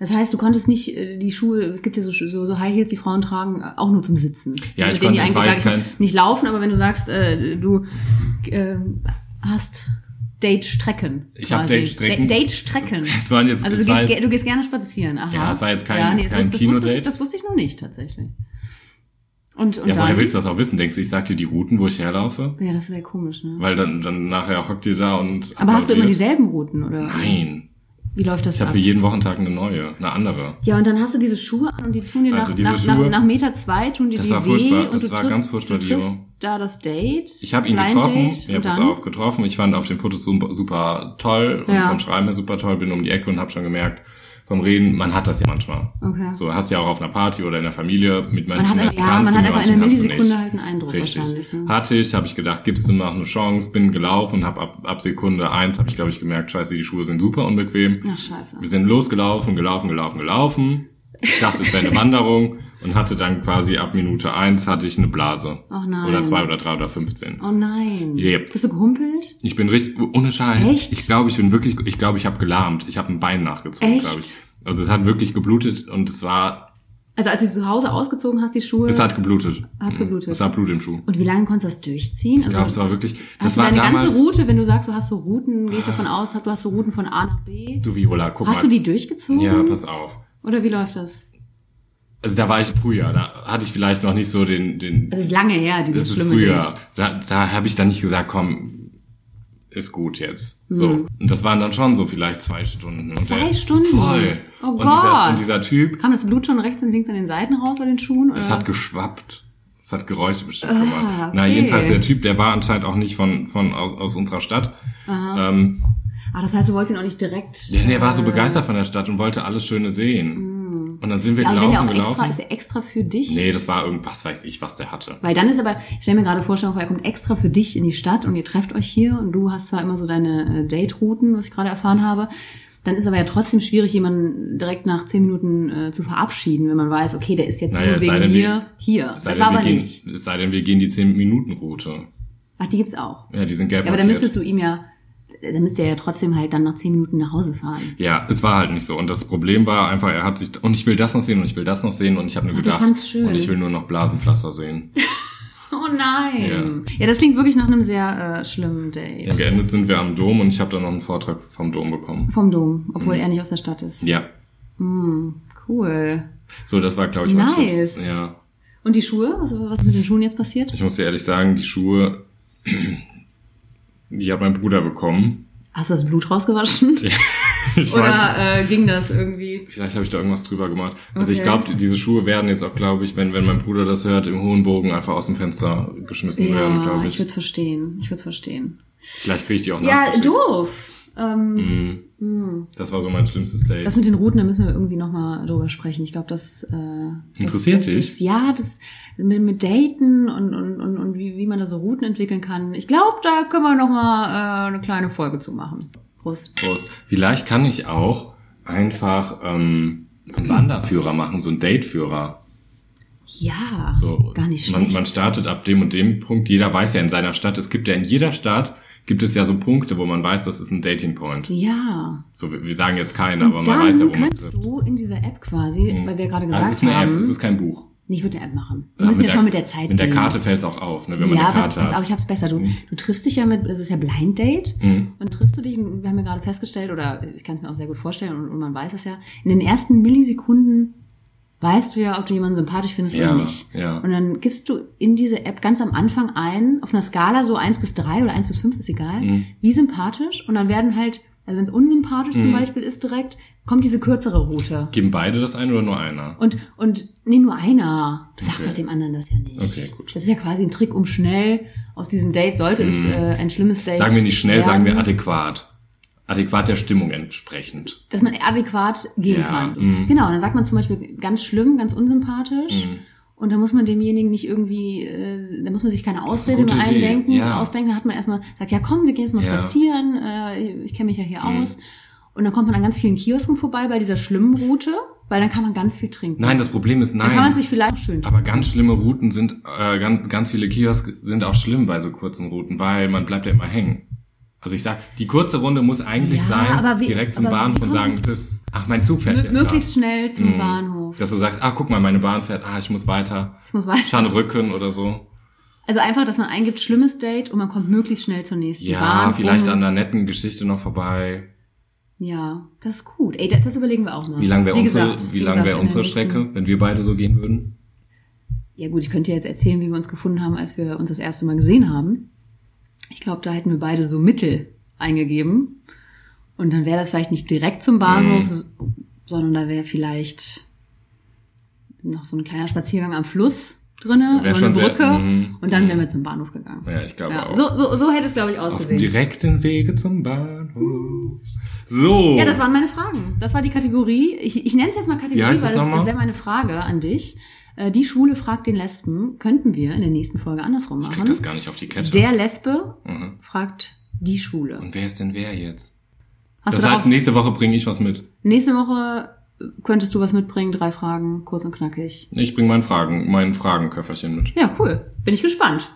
Speaker 4: Das heißt, du konntest nicht äh, die Schuhe, es gibt ja so, Schu- so, so High Heels, die Frauen tragen, äh, auch nur zum Sitzen.
Speaker 3: Ja, ich
Speaker 4: mit denen
Speaker 3: konnte- das
Speaker 4: die
Speaker 3: war
Speaker 4: eigentlich
Speaker 3: jetzt
Speaker 4: sagen,
Speaker 3: kein-
Speaker 4: nicht laufen, aber wenn du sagst, äh, du äh, hast Date-Strecken.
Speaker 3: Ich hab
Speaker 4: quasi.
Speaker 3: Date-Strecken.
Speaker 4: Da- Date-Strecken.
Speaker 3: Es waren jetzt,
Speaker 4: Also du
Speaker 3: es war
Speaker 4: gehst, ge-
Speaker 3: jetzt
Speaker 4: du gehst gerne spazieren. Aha.
Speaker 3: Ja, es war jetzt kein-
Speaker 4: das
Speaker 3: kein
Speaker 4: wusste- das, wusste, ich-
Speaker 3: Kinodate.
Speaker 4: das wusste ich noch nicht tatsächlich. Und, und
Speaker 3: ja,
Speaker 4: dann?
Speaker 3: woher willst du das auch wissen? Denkst du, ich sag dir die Routen, wo ich herlaufe?
Speaker 4: ja, das wäre komisch, ne?
Speaker 3: Weil dann, dann nachher hockt ihr da und.
Speaker 4: Aber hast du immer
Speaker 3: applaudiert.
Speaker 4: dieselben Routen oder?
Speaker 3: Nein.
Speaker 4: Wie läuft das
Speaker 3: Ich habe
Speaker 4: ab?
Speaker 3: für jeden Wochentag eine neue, eine andere.
Speaker 4: Ja, und dann hast du diese Schuhe an und die tun dir
Speaker 3: Also
Speaker 4: nach,
Speaker 3: diese
Speaker 4: nach, nach,
Speaker 3: Schuhe-
Speaker 4: nach Meter zwei tun dir
Speaker 3: Das
Speaker 4: die
Speaker 3: war
Speaker 4: weh
Speaker 3: furchtbar.
Speaker 4: und
Speaker 3: Das
Speaker 4: du
Speaker 3: war
Speaker 4: triffst,
Speaker 3: ganz furchtbar,
Speaker 4: du
Speaker 3: Leo.
Speaker 4: triffst da das Date.
Speaker 3: Ich habe ihn
Speaker 4: Blind
Speaker 3: getroffen.
Speaker 4: Date,
Speaker 3: Ja,
Speaker 4: und
Speaker 3: pass
Speaker 4: dann?
Speaker 3: auf, getroffen. Ich fand auf den Fotos super, super toll und
Speaker 4: Ja.
Speaker 3: vom Schreiben her super toll. Bin um die Ecke und habe schon gemerkt, vom Reden, man hat das ja manchmal.
Speaker 4: Okay.
Speaker 3: So hast du ja auch auf einer Party oder in der Familie mit
Speaker 4: Man
Speaker 3: manchen
Speaker 4: hat,
Speaker 3: Menschen halt
Speaker 4: ja,
Speaker 3: kannst
Speaker 4: man
Speaker 3: du,
Speaker 4: hat
Speaker 3: mit
Speaker 4: einfach
Speaker 3: manchen
Speaker 4: in einer
Speaker 3: kannst du
Speaker 4: Millisekunde
Speaker 3: nicht.
Speaker 4: halt einen Eindruck wahrscheinlich.
Speaker 3: Richtig.
Speaker 4: Ne?
Speaker 3: Hatte ich, habe ich gedacht, gibst du noch eine Chance, bin gelaufen, hab ab, ab Sekunde eins habe ich glaube ich gemerkt, scheiße, die Schuhe sind super unbequem.
Speaker 4: Ach, scheiße.
Speaker 3: Wir sind losgelaufen, gelaufen, gelaufen, gelaufen. Ich dachte, es wäre eine Wanderung und hatte dann quasi ab Minute eins hatte ich eine Blase.
Speaker 4: Ach nein.
Speaker 3: Oder zwei oder drei oder 15.
Speaker 4: Oh nein.
Speaker 3: Yep.
Speaker 4: Bist du gehumpelt?
Speaker 3: Ich bin richtig, ohne Scheiß.
Speaker 4: Echt?
Speaker 3: Ich glaube, ich bin wirklich, ich glaube, ich habe gelahmt. Ich habe ein Bein nachgezogen,
Speaker 4: Echt?
Speaker 3: glaube ich. Also es hat wirklich geblutet und es war,
Speaker 4: Also als du zu Hause ausgezogen hast, die Schuhe.
Speaker 3: es hat geblutet. Mhm.
Speaker 4: Hat's geblutet?
Speaker 3: Es hat Blut im Schuh.
Speaker 4: und wie lange konntest du das durchziehen? Also
Speaker 3: Ich glaube, es war wirklich, das
Speaker 4: Hast du
Speaker 3: war
Speaker 4: deine
Speaker 3: damals,
Speaker 4: ganze Route, wenn du sagst, du hast so Routen, gehe ich davon aus, du hast so Routen von A nach B.
Speaker 3: du Viola, guck mal.
Speaker 4: hast du die durchgezogen?
Speaker 3: Ja, pass auf.
Speaker 4: Oder wie läuft das?
Speaker 3: Also da war ich früher, da hatte ich vielleicht noch nicht so den, den,
Speaker 4: Das ist lange her, dieses
Speaker 3: das ist
Speaker 4: schlimme
Speaker 3: früher.
Speaker 4: Date.
Speaker 3: Da, da habe ich dann nicht gesagt, komm, ist gut jetzt. So.
Speaker 4: Mhm.
Speaker 3: Und das waren dann schon so vielleicht zwei Stunden. Und
Speaker 4: Zwei
Speaker 3: der-
Speaker 4: Stunden?
Speaker 3: Voll.
Speaker 4: Oh
Speaker 3: und
Speaker 4: Gott.
Speaker 3: Dieser, und dieser Typ,
Speaker 4: Kam das Blut schon rechts und links an den Seiten raus bei den Schuhen? Oder?
Speaker 3: Es hat geschwappt. Es hat Geräusche bestimmt
Speaker 4: Ah,
Speaker 3: gemacht. Na,
Speaker 4: okay.
Speaker 3: jedenfalls der Typ, der war anscheinend auch nicht von, von aus, aus unserer Stadt. Ähm,
Speaker 4: ah, das heißt, du wolltest ihn auch nicht direkt.
Speaker 3: der, der war so
Speaker 4: äh,
Speaker 3: begeistert von der Stadt und wollte alles Schöne sehen. Und dann sind wir
Speaker 4: Ja, und Hm. wenn der
Speaker 3: gelaufen,
Speaker 4: auch extra,
Speaker 3: gelaufen.
Speaker 4: ist er extra für dich?
Speaker 3: Nee, das war irgendwas, weiß ich, was der hatte.
Speaker 4: Weil dann ist aber, ich stelle mir gerade vor, stell dir mal vor, er kommt extra für dich in die Stadt und ihr trefft euch hier und du hast zwar immer so deine äh, Date-Routen, was ich gerade erfahren habe. Dann ist aber ja trotzdem schwierig, jemanden direkt nach zehn Minuten äh, zu verabschieden, wenn man weiß, okay, der ist jetzt
Speaker 3: Naja,
Speaker 4: nur
Speaker 3: es sei
Speaker 4: wegen
Speaker 3: denn,
Speaker 4: mir hier.
Speaker 3: Es sei,
Speaker 4: Das
Speaker 3: denn,
Speaker 4: war
Speaker 3: wir
Speaker 4: aber
Speaker 3: gehen,
Speaker 4: nicht.
Speaker 3: es sei denn, wir gehen die 10-Minuten-Route.
Speaker 4: Ach, die gibt's auch.
Speaker 3: Ja, die sind gelb.
Speaker 4: Ja, aber dann
Speaker 3: markiert.
Speaker 4: müsstest du ihm ja, dann müsst ihr ja trotzdem halt dann nach zehn Minuten nach Hause fahren.
Speaker 3: ja, es war halt nicht so. Und das Problem war einfach, er hat sich, und ich will das noch sehen, und ich will das noch sehen, und ich habe nur
Speaker 4: Ach, der
Speaker 3: gedacht,
Speaker 4: fand's schön.
Speaker 3: und ich will nur noch Blasenpflaster sehen.
Speaker 4: Oh nein. Ja, das klingt wirklich nach einem sehr äh, schlimmen Date.
Speaker 3: Ja, geendet sind wir am Dom, und ich habe dann noch einen Vortrag vom Dom bekommen.
Speaker 4: Vom Dom, obwohl er nicht aus der Stadt ist.
Speaker 3: Mhm. Ja,
Speaker 4: Cool.
Speaker 3: So, das war, glaube ich, mein
Speaker 4: Nice.
Speaker 3: Schlimmstes. Ja.
Speaker 4: Und die Schuhe? Was, was ist mit den Schuhen jetzt passiert?
Speaker 3: Ich muss dir ehrlich sagen, die Schuhe, die hat mein Bruder bekommen.
Speaker 4: Hast du das Blut rausgewaschen?
Speaker 3: Ich weiß,
Speaker 4: Oder äh, ging das irgendwie?
Speaker 3: vielleicht habe ich da irgendwas drüber gemacht. Also ich
Speaker 4: Okay.
Speaker 3: glaube, diese Schuhe werden jetzt auch, glaube ich, wenn, wenn mein Bruder das hört, im hohen Bogen einfach aus dem Fenster geschmissen werden,
Speaker 4: Ja,
Speaker 3: glaube
Speaker 4: ich
Speaker 3: ich.
Speaker 4: würde es verstehen. Ich würde es verstehen.
Speaker 3: Vielleicht kriege ich die auch
Speaker 4: Ja,
Speaker 3: nachgeschickt.
Speaker 4: doof. Ähm,
Speaker 3: Mhm.
Speaker 4: mh.
Speaker 3: Das war so mein schlimmstes Date.
Speaker 4: Das mit den Routen, da müssen wir irgendwie nochmal drüber sprechen. Ich glaube, das, äh, das
Speaker 3: Interessiert
Speaker 4: das,
Speaker 3: dich?
Speaker 4: Das, ja, das mit, mit Daten und, und, und, und wie, wie man da so Routen entwickeln kann. Ich glaube, da können wir nochmal äh, eine kleine Folge zu machen. Prost.
Speaker 3: Prost. Vielleicht kann ich auch einfach ähm, so einen Wanderführer machen, so einen Dateführer.
Speaker 4: Ja,
Speaker 3: So,
Speaker 4: Ah, gar nicht
Speaker 3: man,
Speaker 4: schlecht.
Speaker 3: man startet ab dem und dem Punkt. Jeder weiß ja in seiner Stadt, es gibt ja in jeder Stadt, gibt es ja so Punkte, wo man weiß, das ist ein Dating Point.
Speaker 4: ja.
Speaker 3: So, wir wir sagen jetzt keinen,
Speaker 4: Und
Speaker 3: aber
Speaker 4: dann
Speaker 3: man weiß ja, wo man
Speaker 4: kannst du in dieser App quasi, weil wir gerade
Speaker 3: Also
Speaker 4: gesagt
Speaker 3: es ist eine
Speaker 4: haben,
Speaker 3: App, es ist kein Buch.
Speaker 4: nee, ich würde eine App machen. Wir
Speaker 3: Ja,
Speaker 4: müssen ja schon mit der Zeit
Speaker 3: Ah, Mit der
Speaker 4: gehen.
Speaker 3: Karte fällt es auch auf, ne, wenn man
Speaker 4: ja,
Speaker 3: eine
Speaker 4: pass,
Speaker 3: Karte
Speaker 4: pass auf,
Speaker 3: hat.
Speaker 4: ich hab's besser. Du, du triffst dich ja mit, das ist ja Blind Date.
Speaker 3: Mhm.
Speaker 4: Und triffst du dich, und wir haben ja gerade festgestellt, oder ich kann es mir auch sehr gut vorstellen, und, und man weiß es ja, in den ersten Millisekunden weißt du ja, ob du jemanden sympathisch findest
Speaker 3: Ja,
Speaker 4: oder nicht.
Speaker 3: ja.
Speaker 4: Und dann gibst du in diese App ganz am Anfang ein, auf einer Skala so 1 bis 3 oder 1 bis 5, ist egal,
Speaker 3: Mhm.
Speaker 4: wie sympathisch. Und dann werden halt, also wenn es unsympathisch
Speaker 3: Mhm.
Speaker 4: zum Beispiel ist direkt, kommt diese kürzere Route.
Speaker 3: Geben beide das ein oder nur einer?
Speaker 4: Und, und, nee, nur einer. Du sagst
Speaker 3: Okay.
Speaker 4: doch dem anderen das ja nicht.
Speaker 3: Okay, gut.
Speaker 4: Das ist ja quasi ein Trick, um schnell aus diesem Date, sollte es
Speaker 3: Mhm.
Speaker 4: äh, ein schlimmes Date
Speaker 3: Sagen wir nicht schnell, sagen wir
Speaker 4: werden,
Speaker 3: adäquat. Adäquat der Stimmung entsprechend.
Speaker 4: dass man adäquat gehen
Speaker 3: Ja,
Speaker 4: kann.
Speaker 3: mhm.
Speaker 4: Genau, und dann sagt man zum Beispiel ganz schlimm, ganz unsympathisch.
Speaker 3: Mhm.
Speaker 4: Und da muss man demjenigen nicht irgendwie, äh, da muss man sich keine Ausrede
Speaker 3: eine
Speaker 4: über
Speaker 3: gute
Speaker 4: einen
Speaker 3: Idee,
Speaker 4: denken,
Speaker 3: ja.
Speaker 4: ausdenken. Da hat man erstmal sagt, ja komm, wir gehen jetzt mal
Speaker 3: Ja.
Speaker 4: spazieren, äh, ich kenne mich ja hier
Speaker 3: Mhm.
Speaker 4: aus. Und dann kommt man an ganz vielen Kiosken vorbei bei dieser schlimmen Route, weil dann kann man ganz viel trinken.
Speaker 3: Nein, das Problem ist,
Speaker 4: dann kann man
Speaker 3: nein.
Speaker 4: sich vielleicht schön trinken.
Speaker 3: Aber ganz schlimme Routen sind, äh, ganz, ganz viele Kiosk sind auch schlimm bei so kurzen Routen, weil man bleibt ja immer hängen. Also ich sag, die kurze Runde muss eigentlich
Speaker 4: Ja,
Speaker 3: sein,
Speaker 4: aber wie-
Speaker 3: direkt zum
Speaker 4: aber wie
Speaker 3: Bahnhof und
Speaker 4: kommt-
Speaker 3: sagen, tschüss, ach, mein Zug fährt jetzt
Speaker 4: Möglichst schnell
Speaker 3: grad.
Speaker 4: zum
Speaker 3: Mhm.
Speaker 4: Bahnhof.
Speaker 3: Dass du sagst, ah, guck mal, meine Bahn fährt, ah, ich muss weiter,
Speaker 4: ich muss weiter.
Speaker 3: Scharnrücken oder so.
Speaker 4: Also einfach, dass man eingibt, schlimmes Date und man kommt möglichst schnell zur nächsten
Speaker 3: Ja,
Speaker 4: Bahn.
Speaker 3: vielleicht
Speaker 4: um-
Speaker 3: an einer netten Geschichte noch vorbei.
Speaker 4: Ja, das ist gut. Ey, das, das überlegen wir auch mal.
Speaker 3: Wie lang wäre
Speaker 4: Wie
Speaker 3: unsere,
Speaker 4: gesagt,
Speaker 3: wie
Speaker 4: wie
Speaker 3: lang
Speaker 4: gesagt,
Speaker 3: wäre
Speaker 4: in
Speaker 3: unsere
Speaker 4: der nächsten-
Speaker 3: Strecke, wenn wir beide so gehen würden?
Speaker 4: Ja gut, ich könnte dir jetzt erzählen, wie wir uns gefunden haben, als wir uns das erste Mal gesehen haben. Ich glaube, da hätten wir beide so Mittel eingegeben. Und dann wäre das vielleicht nicht direkt zum Bahnhof,
Speaker 3: Mhm.
Speaker 4: so- sondern da wäre vielleicht noch so ein kleiner Spaziergang am Fluss drinne,
Speaker 3: Wär
Speaker 4: über eine
Speaker 3: schon sehr-
Speaker 4: Brücke.
Speaker 3: mhm.
Speaker 4: und dann wären
Speaker 3: Mhm.
Speaker 4: wir zum Bahnhof gegangen.
Speaker 3: Ja, ich glaube
Speaker 4: Ja,
Speaker 3: auch.
Speaker 4: so, so, so hätte es, glaube ich,
Speaker 3: Auf dem
Speaker 4: ausgesehen.
Speaker 3: direkten Wege zum Bahnhof. So.
Speaker 4: Ja, das waren meine Fragen. Das war die Kategorie. Ich, ich nenne es jetzt mal Kategorie,
Speaker 3: Wie
Speaker 4: weil
Speaker 3: heißt
Speaker 4: das,
Speaker 3: das nochmal?
Speaker 4: das wäre meine Frage an dich. Äh, die Schwule fragt den Lesben. Könnten wir in der nächsten Folge andersrum
Speaker 3: ich
Speaker 4: machen?
Speaker 3: krieg das gar nicht auf die Kette.
Speaker 4: Der Lesbe
Speaker 3: mhm.
Speaker 4: fragt die Schwule.
Speaker 3: Und wer ist denn wer jetzt?
Speaker 4: Hast
Speaker 3: das
Speaker 4: du
Speaker 3: heißt,
Speaker 4: darauf,
Speaker 3: nächste Woche bringe ich was mit.
Speaker 4: nächste Woche könntest du was mitbringen, drei Fragen, kurz und knackig.
Speaker 3: Ich bringe meinen Fragen, mein Fragenköfferchen mit.
Speaker 4: Ja, cool. Bin ich gespannt.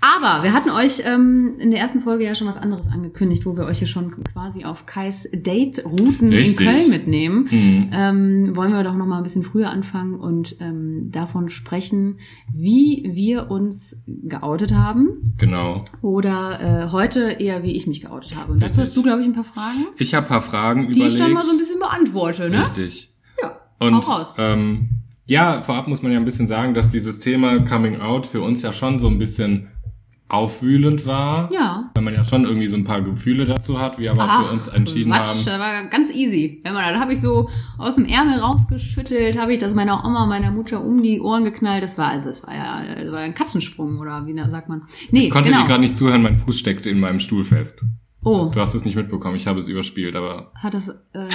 Speaker 4: Aber wir hatten euch ähm, in der ersten Folge ja schon was anderes angekündigt, wo wir euch hier schon quasi auf Kais Date-Routen in
Speaker 3: Richtig.
Speaker 4: Köln mitnehmen.
Speaker 3: Mhm.
Speaker 4: Ähm, wollen wir doch noch mal ein bisschen früher anfangen und ähm, davon sprechen, wie wir uns geoutet haben
Speaker 3: Genau.
Speaker 4: oder äh, heute eher wie ich mich geoutet habe. Und dazu
Speaker 3: Richtig.
Speaker 4: hast du, glaube ich, ein paar Fragen.
Speaker 3: Ich habe paar Fragen
Speaker 4: die
Speaker 3: überlegt.
Speaker 4: ich dann mal so ein bisschen beantworte, ne?
Speaker 3: Richtig.
Speaker 4: Ja.
Speaker 3: Und
Speaker 4: Hau raus.
Speaker 3: Ähm, ja, vorab muss man ja ein bisschen sagen, dass dieses Thema Coming Out für uns ja schon so ein bisschen aufwühlend war.
Speaker 4: Ja.
Speaker 3: Weil man ja schon irgendwie so ein paar Gefühle dazu hat, wir aber für uns entschieden
Speaker 4: Quatsch,
Speaker 3: haben.
Speaker 4: das war ganz easy. Wenn man, da habe ich so aus dem Ärmel rausgeschüttelt, habe ich das meiner Oma, meiner Mutter um die Ohren geknallt. Das war, also das war ja das war ein Katzensprung oder wie da sagt man. Nee,
Speaker 3: Ich konnte
Speaker 4: genau.
Speaker 3: dir gerade nicht zuhören, mein Fuß steckte in meinem Stuhl fest.
Speaker 4: oh,
Speaker 3: Du hast es nicht mitbekommen, ich habe es überspielt, aber
Speaker 4: hat das, äh,
Speaker 3: du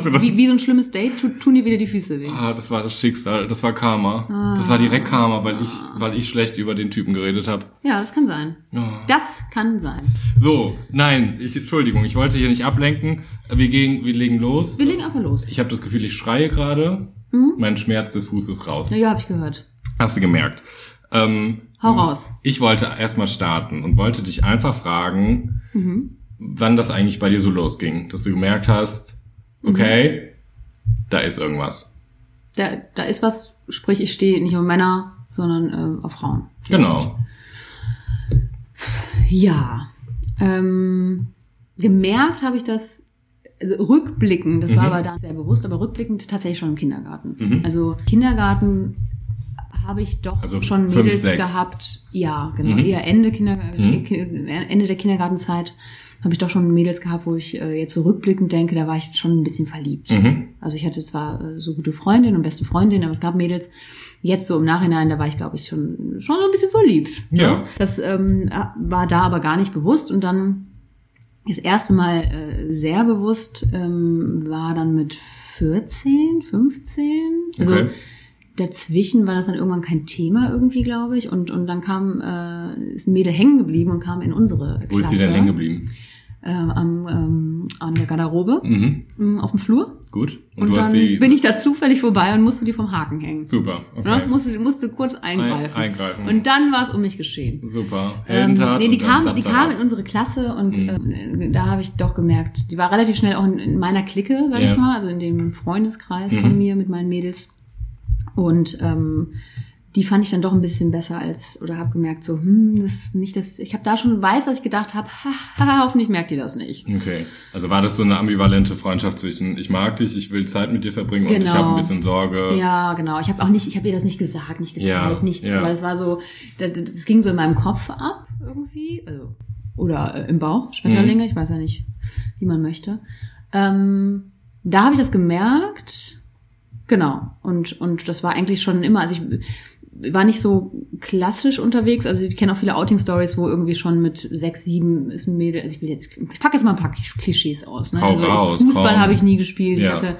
Speaker 4: wie,
Speaker 3: das-
Speaker 4: wie, wie so ein schlimmes Date tu, tun dir wieder die Füße weh.
Speaker 3: ah, das war das Schicksal, das war Karma. Das war direkt Karma, weil ich, weil ich schlecht über den Typen geredet habe.
Speaker 4: Ja, das kann sein. Das kann sein.
Speaker 3: So, nein, ich, Entschuldigung, ich wollte hier nicht ablenken. Wir gehen, wir legen los.
Speaker 4: Wir legen einfach los.
Speaker 3: Ich habe das Gefühl, ich schreie gerade.
Speaker 4: Mhm.
Speaker 3: Mein Schmerz des Fußes raus.
Speaker 4: Na ja, habe ich gehört.
Speaker 3: Hast du gemerkt? Ähm,
Speaker 4: Hau raus.
Speaker 3: ich wollte erstmal starten und wollte dich einfach fragen,
Speaker 4: Mhm.
Speaker 3: wann das eigentlich bei dir so losging, dass du gemerkt hast,
Speaker 4: Mhm.
Speaker 3: okay, da ist irgendwas.
Speaker 4: Da, da ist was, sprich, ich stehe nicht auf Männer, sondern äh, auf Frauen.
Speaker 3: Genau.
Speaker 4: Ja. Ähm, gemerkt habe ich das also rückblickend,
Speaker 3: Mhm.
Speaker 4: das war aber dann sehr bewusst, aber rückblickend tatsächlich schon im Kindergarten. Also Kindergarten habe ich doch
Speaker 3: Also
Speaker 4: schon
Speaker 3: fünf,
Speaker 4: Mädels
Speaker 3: sechs.
Speaker 4: gehabt. Ja, genau.
Speaker 3: Mhm.
Speaker 4: Eher Ende, Kinder,
Speaker 3: Mhm.
Speaker 4: äh, Ende der Kindergartenzeit habe ich doch schon Mädels gehabt, wo ich äh, jetzt so rückblickend denke, da war ich schon ein bisschen verliebt.
Speaker 3: Mhm.
Speaker 4: Also ich hatte zwar äh, so gute Freundinnen und beste Freundinnen, aber es gab Mädels. Jetzt so im Nachhinein, da war ich, glaube ich, schon, schon so ein bisschen verliebt.
Speaker 3: Ja.
Speaker 4: Das ähm, war da aber gar nicht bewusst und dann das erste Mal äh, sehr bewusst ähm, war dann mit 14, 15. Also
Speaker 3: Okay.
Speaker 4: dazwischen war das dann irgendwann kein Thema irgendwie, glaube ich. Und, und dann kam, äh, ist ein Mädel hängen geblieben und kam in unsere Klasse.
Speaker 3: Wo ist sie denn hängen geblieben?
Speaker 4: Äh, am, ähm, an der Garderobe,
Speaker 3: Mhm.
Speaker 4: mh, auf dem Flur.
Speaker 3: Gut. Und,
Speaker 4: Und
Speaker 3: du
Speaker 4: dann
Speaker 3: hast sie.
Speaker 4: bin ich da zufällig vorbei und musste die vom Haken hängen.
Speaker 3: Super. Okay.
Speaker 4: Ne? Musste, musste kurz
Speaker 3: Ein-
Speaker 4: eingreifen.
Speaker 3: eingreifen.
Speaker 4: Und dann war es um mich geschehen.
Speaker 3: Super.
Speaker 4: Ähm,
Speaker 3: Heldentat.
Speaker 4: nee, die
Speaker 3: und dann
Speaker 4: kam, die
Speaker 3: Samstag. Mhm.
Speaker 4: kam in unsere Klasse und äh, da habe ich doch gemerkt, die war relativ schnell auch in, in meiner Clique, sag
Speaker 3: Ja.
Speaker 4: ich mal, also in dem Freundeskreis
Speaker 3: Mhm.
Speaker 4: von mir mit meinen Mädels. Und ähm, die fand ich dann doch ein bisschen besser als, oder habe gemerkt, so, hm, das ist nicht das, ich habe da schon weiß, dass ich gedacht habe, haha, hoffentlich merkt die das nicht.
Speaker 3: Okay. Also war das so eine ambivalente Freundschaft zwischen ich mag dich, ich will Zeit mit dir verbringen und ich
Speaker 4: Genau.
Speaker 3: habe ein bisschen Sorge.
Speaker 4: Ja, genau. Ich habe auch nicht, ich habe ihr das nicht gesagt, nicht gezeigt,
Speaker 3: Ja,
Speaker 4: nichts,
Speaker 3: ja.
Speaker 4: weil es war so, das, das ging so in meinem Kopf ab irgendwie, also, oder äh, im Bauch, Schmetterlinge,
Speaker 3: Mhm.
Speaker 4: ich weiß ja nicht, wie man möchte. Ähm, da habe ich das gemerkt, genau. Und und das war eigentlich schon immer, also ich war nicht so klassisch unterwegs, also ich kenne auch viele Outing-Stories, wo irgendwie schon mit sechs, sieben ist ein Mädel, also ich will jetzt, ich packe jetzt mal ein paar Klischees aus. Ne?
Speaker 3: Hau
Speaker 4: Also
Speaker 3: raus,
Speaker 4: Fußball
Speaker 3: komm.
Speaker 4: habe ich nie gespielt, ich
Speaker 3: Ja.
Speaker 4: hatte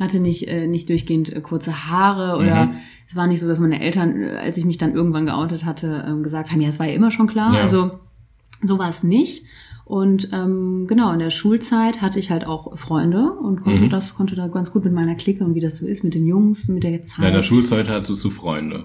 Speaker 4: hatte nicht, äh, nicht durchgehend äh, kurze Haare oder
Speaker 3: Mhm.
Speaker 4: es war nicht so, dass meine Eltern, äh, als ich mich dann irgendwann geoutet hatte, ähm, gesagt haben, ja, das war ja immer schon klar.
Speaker 3: Ja.
Speaker 4: Also so war es nicht. Und ähm, genau, in der Schulzeit hatte ich halt auch Freunde und konnte
Speaker 3: Mhm.
Speaker 4: das, konnte da ganz gut mit meiner Clique und wie das so ist, mit den Jungs, mit der
Speaker 3: Ja, in der
Speaker 4: Zeit.
Speaker 3: Schulzeit hattest du Freunde.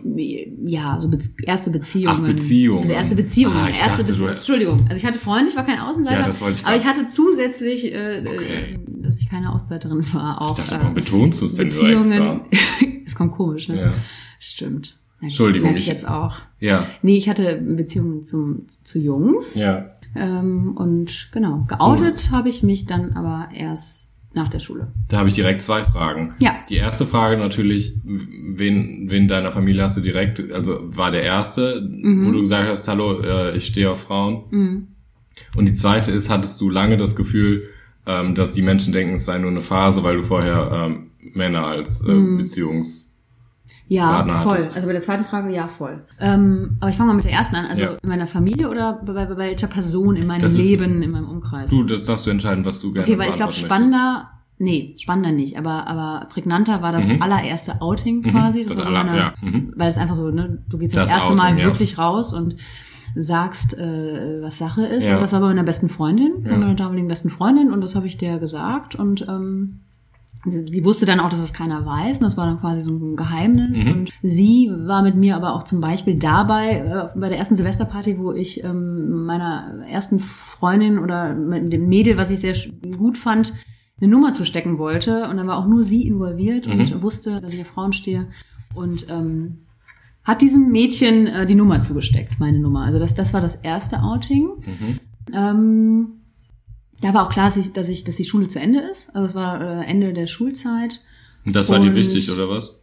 Speaker 4: Ja, so Be erste Beziehungen.
Speaker 3: Ach, Beziehungen.
Speaker 4: Also erste Beziehungen.
Speaker 3: Ah, ich
Speaker 4: erste
Speaker 3: dachte,
Speaker 4: Be
Speaker 3: du hast-
Speaker 4: Entschuldigung. Also ich hatte Freunde, ich war kein Außenseiter.
Speaker 3: Ja, das wollte ich
Speaker 4: aber ich
Speaker 3: grad-
Speaker 4: hatte zusätzlich, äh,
Speaker 3: Okay.
Speaker 4: äh, dass ich keine Außenseiterin war,
Speaker 3: Ich
Speaker 4: auch
Speaker 3: dachte,
Speaker 4: äh,
Speaker 3: warum betonst du es denn
Speaker 4: Beziehungen.
Speaker 3: so
Speaker 4: Es kommt komisch, ne?
Speaker 3: extra? Ja.
Speaker 4: Stimmt.
Speaker 3: Entschuldigung,
Speaker 4: Merke ich
Speaker 3: ich-
Speaker 4: jetzt auch.
Speaker 3: Ja.
Speaker 4: Nee, ich hatte Beziehungen zum, zu Jungs.
Speaker 3: Ja.
Speaker 4: Ähm, und genau, geoutet habe ich mich dann aber erst nach der Schule.
Speaker 3: Da habe ich direkt zwei Fragen.
Speaker 4: Ja.
Speaker 3: Die erste Frage natürlich, wen, wen deiner Familie hast du direkt, also war der erste, wo du gesagt hast, hallo, äh, ich stehe auf Frauen.
Speaker 4: Mhm.
Speaker 3: Und die zweite ist, hattest du lange das Gefühl, ähm, dass die Menschen denken, es sei nur eine Phase, weil du vorher ähm, Männer als äh,
Speaker 4: Mhm.
Speaker 3: Beziehungs...
Speaker 4: Ja,
Speaker 3: Partner
Speaker 4: voll.
Speaker 3: hattest.
Speaker 4: Also bei der zweiten Frage, ja, voll. Ähm, aber ich fange mal mit der ersten an. Also
Speaker 3: Ja.
Speaker 4: in meiner Familie oder bei, bei, bei welcher Person in meinem
Speaker 3: Das ist-
Speaker 4: Leben, in meinem Umkreis?
Speaker 3: Du, das darfst du entscheiden, was du gerne
Speaker 4: okay, weil ich glaube,
Speaker 3: beantworten möchtest.
Speaker 4: spannender, nee, spannender nicht, aber, aber prägnanter war das
Speaker 3: Mhm.
Speaker 4: allererste Outing
Speaker 3: Mhm,
Speaker 4: quasi.
Speaker 3: das
Speaker 4: war
Speaker 3: aller-
Speaker 4: meine-
Speaker 3: ja, mhm.
Speaker 4: Weil es einfach so, ne, du gehst das,
Speaker 3: Das
Speaker 4: erste
Speaker 3: Outing,
Speaker 4: Mal
Speaker 3: ja.
Speaker 4: wirklich raus und sagst, äh, was Sache ist.
Speaker 3: Ja.
Speaker 4: Und das war bei meiner besten Freundin,
Speaker 3: Ja.
Speaker 4: bei meiner damaligen besten Freundin und das habe ich der gesagt und ähm, Sie sie wusste dann auch, dass das keiner weiß. Und das war dann quasi so ein Geheimnis.
Speaker 3: Mhm.
Speaker 4: Und sie war mit mir aber auch zum Beispiel dabei, äh, bei der ersten Silvesterparty, wo ich ähm, meiner ersten Freundin oder mit dem Mädel, was ich sehr sch- gut fand, eine Nummer zu stecken wollte. Und dann war auch nur sie involviert
Speaker 3: Mhm.
Speaker 4: und wusste, dass ich auf Frauen stehe. Und ähm, hat diesem Mädchen äh, die Nummer zugesteckt, meine Nummer. Also das, das war das erste Outing.
Speaker 3: Mhm.
Speaker 4: Ähm, da war auch klar, dass ich, dass ich, dass die Schule zu Ende ist. Also es war äh, Ende der Schulzeit.
Speaker 3: Und das war dir
Speaker 4: Und-
Speaker 3: wichtig, oder was?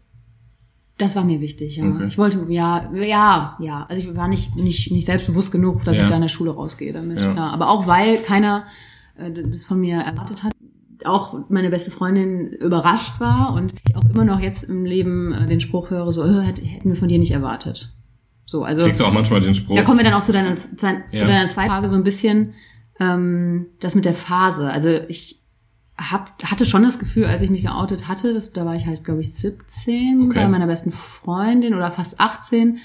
Speaker 4: Das war mir wichtig, ja.
Speaker 3: Okay.
Speaker 4: Ich wollte, ja, ja, ja. Also ich war nicht, nicht, nicht selbstbewusst genug, dass
Speaker 3: Ja.
Speaker 4: ich da in der Schule rausgehe damit.
Speaker 3: Ja.
Speaker 4: Ja. Aber auch weil keiner äh, das von mir erwartet hat. Auch meine beste Freundin überrascht war und ich auch immer noch jetzt im Leben äh, den Spruch höre, so, äh, hätt- hätten wir von dir nicht erwartet. So, also.
Speaker 3: Kriegst du auch manchmal den Spruch?
Speaker 4: Da kommen wir dann auch zu deiner, zu deiner
Speaker 3: Ja.
Speaker 4: zu deiner zweiten Frage so ein bisschen, ähm, das mit der Phase. Also ich hab, hatte schon das Gefühl, als ich mich geoutet hatte, das, da war ich halt, glaube ich, 17
Speaker 3: Okay.
Speaker 4: bei meiner besten Freundin oder fast 18.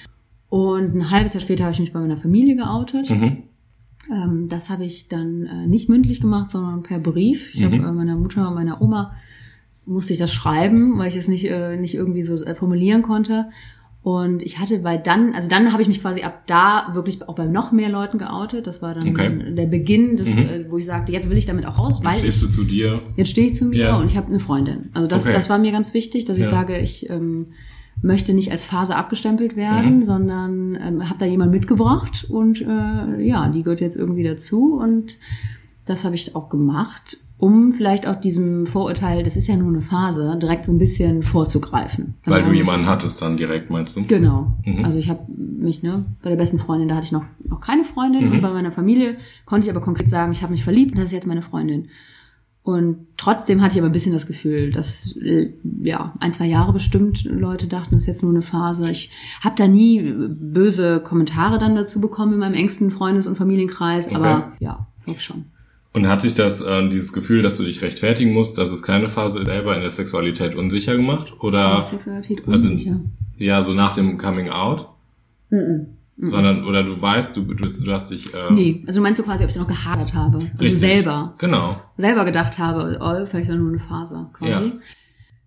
Speaker 4: Und ein halbes Jahr später habe ich mich bei meiner Familie geoutet.
Speaker 3: mhm.
Speaker 4: Ähm, das habe ich dann äh, nicht mündlich gemacht, sondern per Brief. Ich
Speaker 3: Mhm.
Speaker 4: habe äh, meiner Mutter und meiner Oma musste ich das schreiben, weil ich es nicht, äh, nicht irgendwie so äh, formulieren konnte. Und ich hatte, weil dann, also dann habe ich mich quasi ab da wirklich auch bei noch mehr Leuten geoutet. Das war dann
Speaker 3: Okay.
Speaker 4: der Beginn, des,
Speaker 3: Mhm.
Speaker 4: äh, wo ich sagte, jetzt will ich damit auch raus,
Speaker 3: Wie
Speaker 4: weil ich
Speaker 3: stehst du zu dir?
Speaker 4: jetzt stehe ich zu mir
Speaker 3: Ja.
Speaker 4: und ich habe eine Freundin. Also das,
Speaker 3: Okay.
Speaker 4: das war mir ganz wichtig, dass ich
Speaker 3: Ja.
Speaker 4: sage, ich ähm, möchte nicht als Phase abgestempelt werden,
Speaker 3: Mhm.
Speaker 4: sondern ähm, habe da jemand mitgebracht und äh, ja, die gehört jetzt irgendwie dazu und das habe ich auch gemacht. um vielleicht auch diesem Vorurteil, das ist ja nur eine Phase, direkt so ein bisschen vorzugreifen.
Speaker 3: Weil
Speaker 4: Also,
Speaker 3: du jemanden hattest dann direkt, meinst du?
Speaker 4: Genau.
Speaker 3: Mhm.
Speaker 4: Also ich habe mich, ne, bei der besten Freundin, da hatte ich noch, noch keine Freundin
Speaker 3: Mhm.
Speaker 4: und bei meiner Familie konnte ich aber konkret sagen, ich habe mich verliebt und das ist jetzt meine Freundin. Und trotzdem hatte ich aber ein bisschen das Gefühl, dass äh, ja ein, zwei Jahre bestimmt Leute dachten, das ist jetzt nur eine Phase. Ich habe da nie böse Kommentare dann dazu bekommen in meinem engsten Freundes- und Familienkreis, aber ja, ich schon.
Speaker 3: Und hat sich das, äh, dieses Gefühl, dass du dich rechtfertigen musst, dass es keine Phase ist, selber in der Sexualität unsicher gemacht? Oder,
Speaker 4: Aber Sexualität
Speaker 3: Äh, also-
Speaker 4: unsicher.
Speaker 3: ja, so nach dem Coming Out?
Speaker 4: Mhm. Mhm.
Speaker 3: Sondern, oder du weißt, du, du, bist- du hast dich, äh,
Speaker 4: Nee, also meinst du quasi, ob ich da noch gehadert habe? Also
Speaker 3: richtig.
Speaker 4: selber.
Speaker 3: Genau.
Speaker 4: selber gedacht habe, oh, vielleicht war nur eine Phase quasi.
Speaker 3: Ja.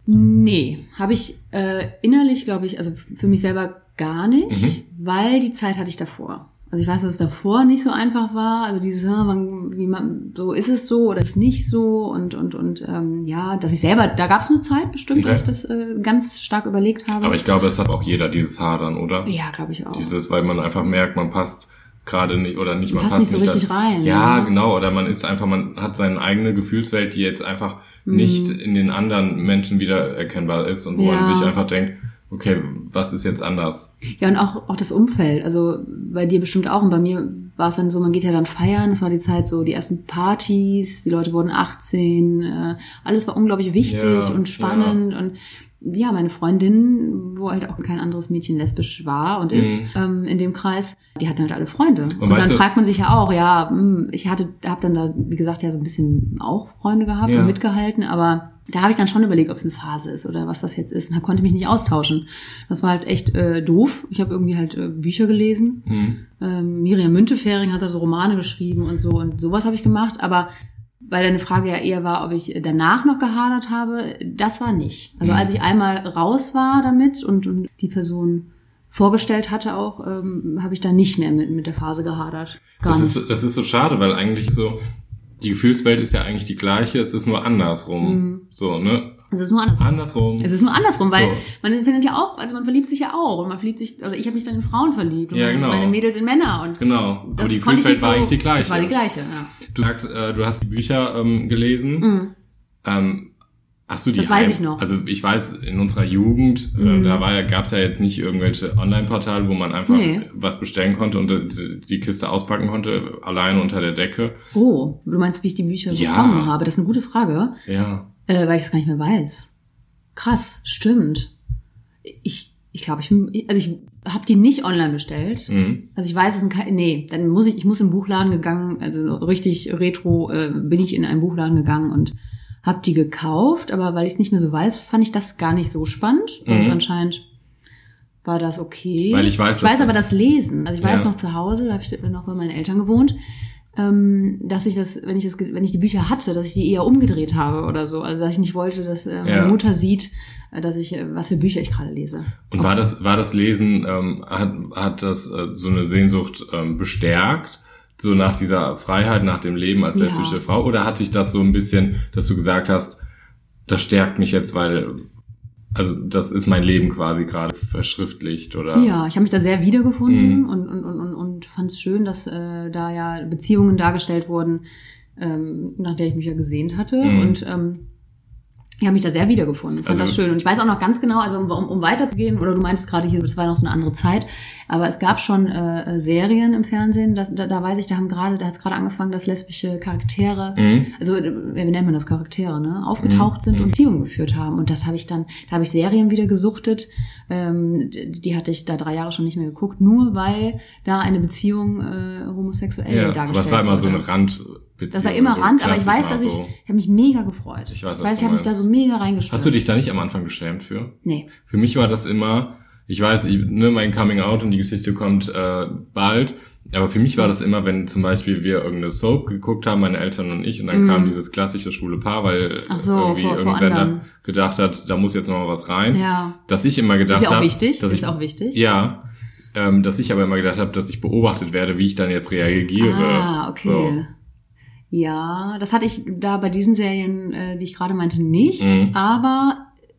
Speaker 4: Nee, habe ich äh, innerlich, glaube ich, also für mich selber gar nicht,
Speaker 3: Mhm.
Speaker 4: weil die Zeit hatte ich davor. Also ich weiß, dass es davor nicht so einfach war. Also dieses, ah, wann, wie man, so ist es so oder ist es nicht so und und und ähm, ja, dass ich selber, da gab es eine Zeit bestimmt,
Speaker 3: Okay.
Speaker 4: dass ich das äh, ganz stark überlegt habe.
Speaker 3: Aber ich glaube, es hat auch jeder dieses Hadern, oder?
Speaker 4: ja, glaube ich auch.
Speaker 3: Dieses, weil man einfach merkt, man passt gerade nicht oder nicht, man
Speaker 4: Passt nicht so
Speaker 3: da-
Speaker 4: richtig rein.
Speaker 3: Ja,
Speaker 4: ne?
Speaker 3: genau. Oder man ist einfach, man hat seine eigene Gefühlswelt, die jetzt einfach
Speaker 4: Mhm.
Speaker 3: nicht in den anderen Menschen wiedererkennbar ist und wo man
Speaker 4: Ja.
Speaker 3: sich einfach denkt, okay, was ist jetzt anders?
Speaker 4: Ja, und auch, auch das Umfeld. Also bei dir bestimmt auch. Und bei mir war es dann so, man geht ja dann feiern. Es war die Zeit so, die ersten Partys, die Leute wurden 18. Äh, alles war unglaublich wichtig
Speaker 3: Ja,
Speaker 4: und spannend. Und ja, meine Freundin, wo halt auch kein anderes Mädchen lesbisch war und ist
Speaker 3: Mhm.
Speaker 4: ähm, in dem Kreis, die hatten halt alle Freunde. Und,
Speaker 3: weißt
Speaker 4: dann
Speaker 3: du-
Speaker 4: fragt man sich ja auch, ja, hm, ich hatte, habe dann da, wie gesagt, ja so ein bisschen auch Freunde gehabt
Speaker 3: Ja.
Speaker 4: und mitgehalten, aber da habe ich dann schon überlegt, ob es eine Phase ist oder was das jetzt ist. Und da konnte ich mich nicht austauschen. Das war halt echt äh, doof. Ich habe irgendwie halt äh, Bücher gelesen.
Speaker 3: Hm.
Speaker 4: Ähm, Miriam Müntefering hat da so Romane geschrieben und so und sowas habe ich gemacht. Aber weil deine Frage ja eher war, ob ich danach noch gehadert habe, das war nicht. Also
Speaker 3: Mhm.
Speaker 4: als ich einmal raus war damit und, und die Person vorgestellt hatte auch, ähm, habe ich da nicht mehr mit, mit der Phase gehadert. Gar
Speaker 3: Das
Speaker 4: nicht.
Speaker 3: ist, das ist so schade, weil eigentlich so, die Gefühlswelt ist ja eigentlich die gleiche, es ist nur andersrum.
Speaker 4: Mhm.
Speaker 3: So, ne?
Speaker 4: Es ist nur andersrum.
Speaker 3: Andersrum.
Speaker 4: Es ist nur andersrum, weil
Speaker 3: So.
Speaker 4: man findet ja auch, also man verliebt sich ja auch und man verliebt sich, also ich habe mich dann in Frauen verliebt und
Speaker 3: Ja,
Speaker 4: meine-
Speaker 3: genau.
Speaker 4: meine Mädels in Männer und
Speaker 3: genau. Aber die
Speaker 4: konnte ich
Speaker 3: Gefühlswelt
Speaker 4: nicht
Speaker 3: war eigentlich die gleiche.
Speaker 4: Das war die gleiche, ja.
Speaker 3: Du sagst, äh, du hast die Bücher ähm, gelesen.
Speaker 4: Mhm.
Speaker 3: Ähm, hast du die
Speaker 4: Das weiß
Speaker 3: heim-
Speaker 4: ich noch.
Speaker 3: Also ich weiß, in unserer Jugend, äh,
Speaker 4: Mhm.
Speaker 3: da war ja, gab es ja jetzt nicht irgendwelche Online-Portale, wo man einfach
Speaker 4: Nee.
Speaker 3: was bestellen konnte und äh, die- die Kiste auspacken konnte, alleine unter der Decke.
Speaker 4: Oh, du meinst, wie ich die Bücher so
Speaker 3: Ja.
Speaker 4: bekommen habe? Das ist eine gute Frage,
Speaker 3: Ja.
Speaker 4: äh, weil ich das gar nicht mehr weiß. Krass, stimmt. Ich, ich glaube, ich, bin- also ich habe die nicht online bestellt.
Speaker 3: Mhm.
Speaker 4: Also ich weiß es sind keine, nee, dann muss ich, ich muss im Buchladen gegangen, also richtig retro äh, bin ich in einen Buchladen gegangen und habe die gekauft, aber weil ich es nicht mehr so weiß, fand ich das gar nicht so spannend.
Speaker 3: Mhm.
Speaker 4: Und anscheinend war das okay.
Speaker 3: Weil ich weiß,
Speaker 4: ich
Speaker 3: dass
Speaker 4: weiß aber
Speaker 3: das-
Speaker 4: das Lesen. Also ich weiß
Speaker 3: Ja.
Speaker 4: noch zu Hause, da habe ich noch bei meinen Eltern gewohnt, ähm, dass ich das, wenn ich das, ge- wenn ich die Bücher hatte, dass ich die eher umgedreht habe oder so. Also dass ich nicht wollte, dass äh, meine
Speaker 3: Ja.
Speaker 4: Mutter sieht, äh, dass ich, äh, was für Bücher ich gerade lese.
Speaker 3: Und war das, war das Lesen, ähm, hat, hat das äh, so eine Sehnsucht ähm, bestärkt? So nach dieser Freiheit, nach dem Leben als
Speaker 4: Ja.
Speaker 3: lesbische Frau? Oder hatte ich das so ein bisschen, dass du gesagt hast, das stärkt mich jetzt, weil, also das ist mein Leben quasi gerade verschriftlicht oder?
Speaker 4: Ja, ich habe mich da sehr wiedergefunden
Speaker 3: Mhm.
Speaker 4: und, und, und, und, und fand es schön, dass äh, da ja Beziehungen dargestellt wurden, ähm, nach der ich mich ja gesehnt hatte.
Speaker 3: Mhm.
Speaker 4: Und ähm, ich habe mich da sehr wiedergefunden. Fand
Speaker 3: Also-
Speaker 4: das schön. Und ich weiß auch noch ganz genau, also um, um, um weiterzugehen, oder du meintest gerade hier, das war noch so eine andere Zeit, aber es gab schon äh, äh, Serien im Fernsehen, das, da, da weiß ich, da haben gerade, da hat es gerade angefangen, dass lesbische Charaktere
Speaker 3: Mhm.
Speaker 4: also äh, wie nennt man das Charaktere, ne? Aufgetaucht
Speaker 3: Mhm.
Speaker 4: sind
Speaker 3: Mhm.
Speaker 4: und Beziehungen geführt haben. Und das habe ich dann, da habe ich Serien wieder gesuchtet. Ähm, die, die hatte ich da drei Jahre schon nicht mehr geguckt, nur weil da eine Beziehung äh, homosexuell
Speaker 3: Ja,
Speaker 4: dargestellt
Speaker 3: aber es war immer so
Speaker 4: wurde.
Speaker 3: eine Randbeziehung.
Speaker 4: das war immer
Speaker 3: so
Speaker 4: Rand, aber ich
Speaker 3: Klassiker
Speaker 4: weiß, dass ich,
Speaker 3: so.
Speaker 4: ich habe mich mega gefreut.
Speaker 3: Ich weiß, was
Speaker 4: ich
Speaker 3: du
Speaker 4: habe mich da
Speaker 3: meinst.
Speaker 4: so mega reingestürzt.
Speaker 3: Hast du dich da nicht am Anfang geschämt für?
Speaker 4: Nee.
Speaker 3: Für mich war das immer, ich weiß, ich, ne, mein Coming Out und die Geschichte kommt äh, bald, aber für mich war das immer, wenn zum Beispiel wir irgendeine Soap geguckt haben, meine Eltern und ich, und dann
Speaker 4: Mhm.
Speaker 3: kam dieses klassische schwule Paar, weil
Speaker 4: Ach so,
Speaker 3: irgendwie
Speaker 4: vor- vor
Speaker 3: irgendein Sender
Speaker 4: anderen.
Speaker 3: gedacht hat, da muss jetzt noch mal was rein.
Speaker 4: Ja.
Speaker 3: Dass ich immer gedacht
Speaker 4: Ist ja auch
Speaker 3: habe,
Speaker 4: wichtig.
Speaker 3: dass
Speaker 4: Ist
Speaker 3: ich,
Speaker 4: auch wichtig.
Speaker 3: ja, ähm, dass ich aber immer gedacht habe, dass ich beobachtet werde, wie ich dann jetzt reagiere.
Speaker 4: Ah, okay.
Speaker 3: So.
Speaker 4: Ja, das hatte ich da bei diesen Serien, äh, die ich gerade meinte, nicht.
Speaker 3: Mhm.
Speaker 4: Aber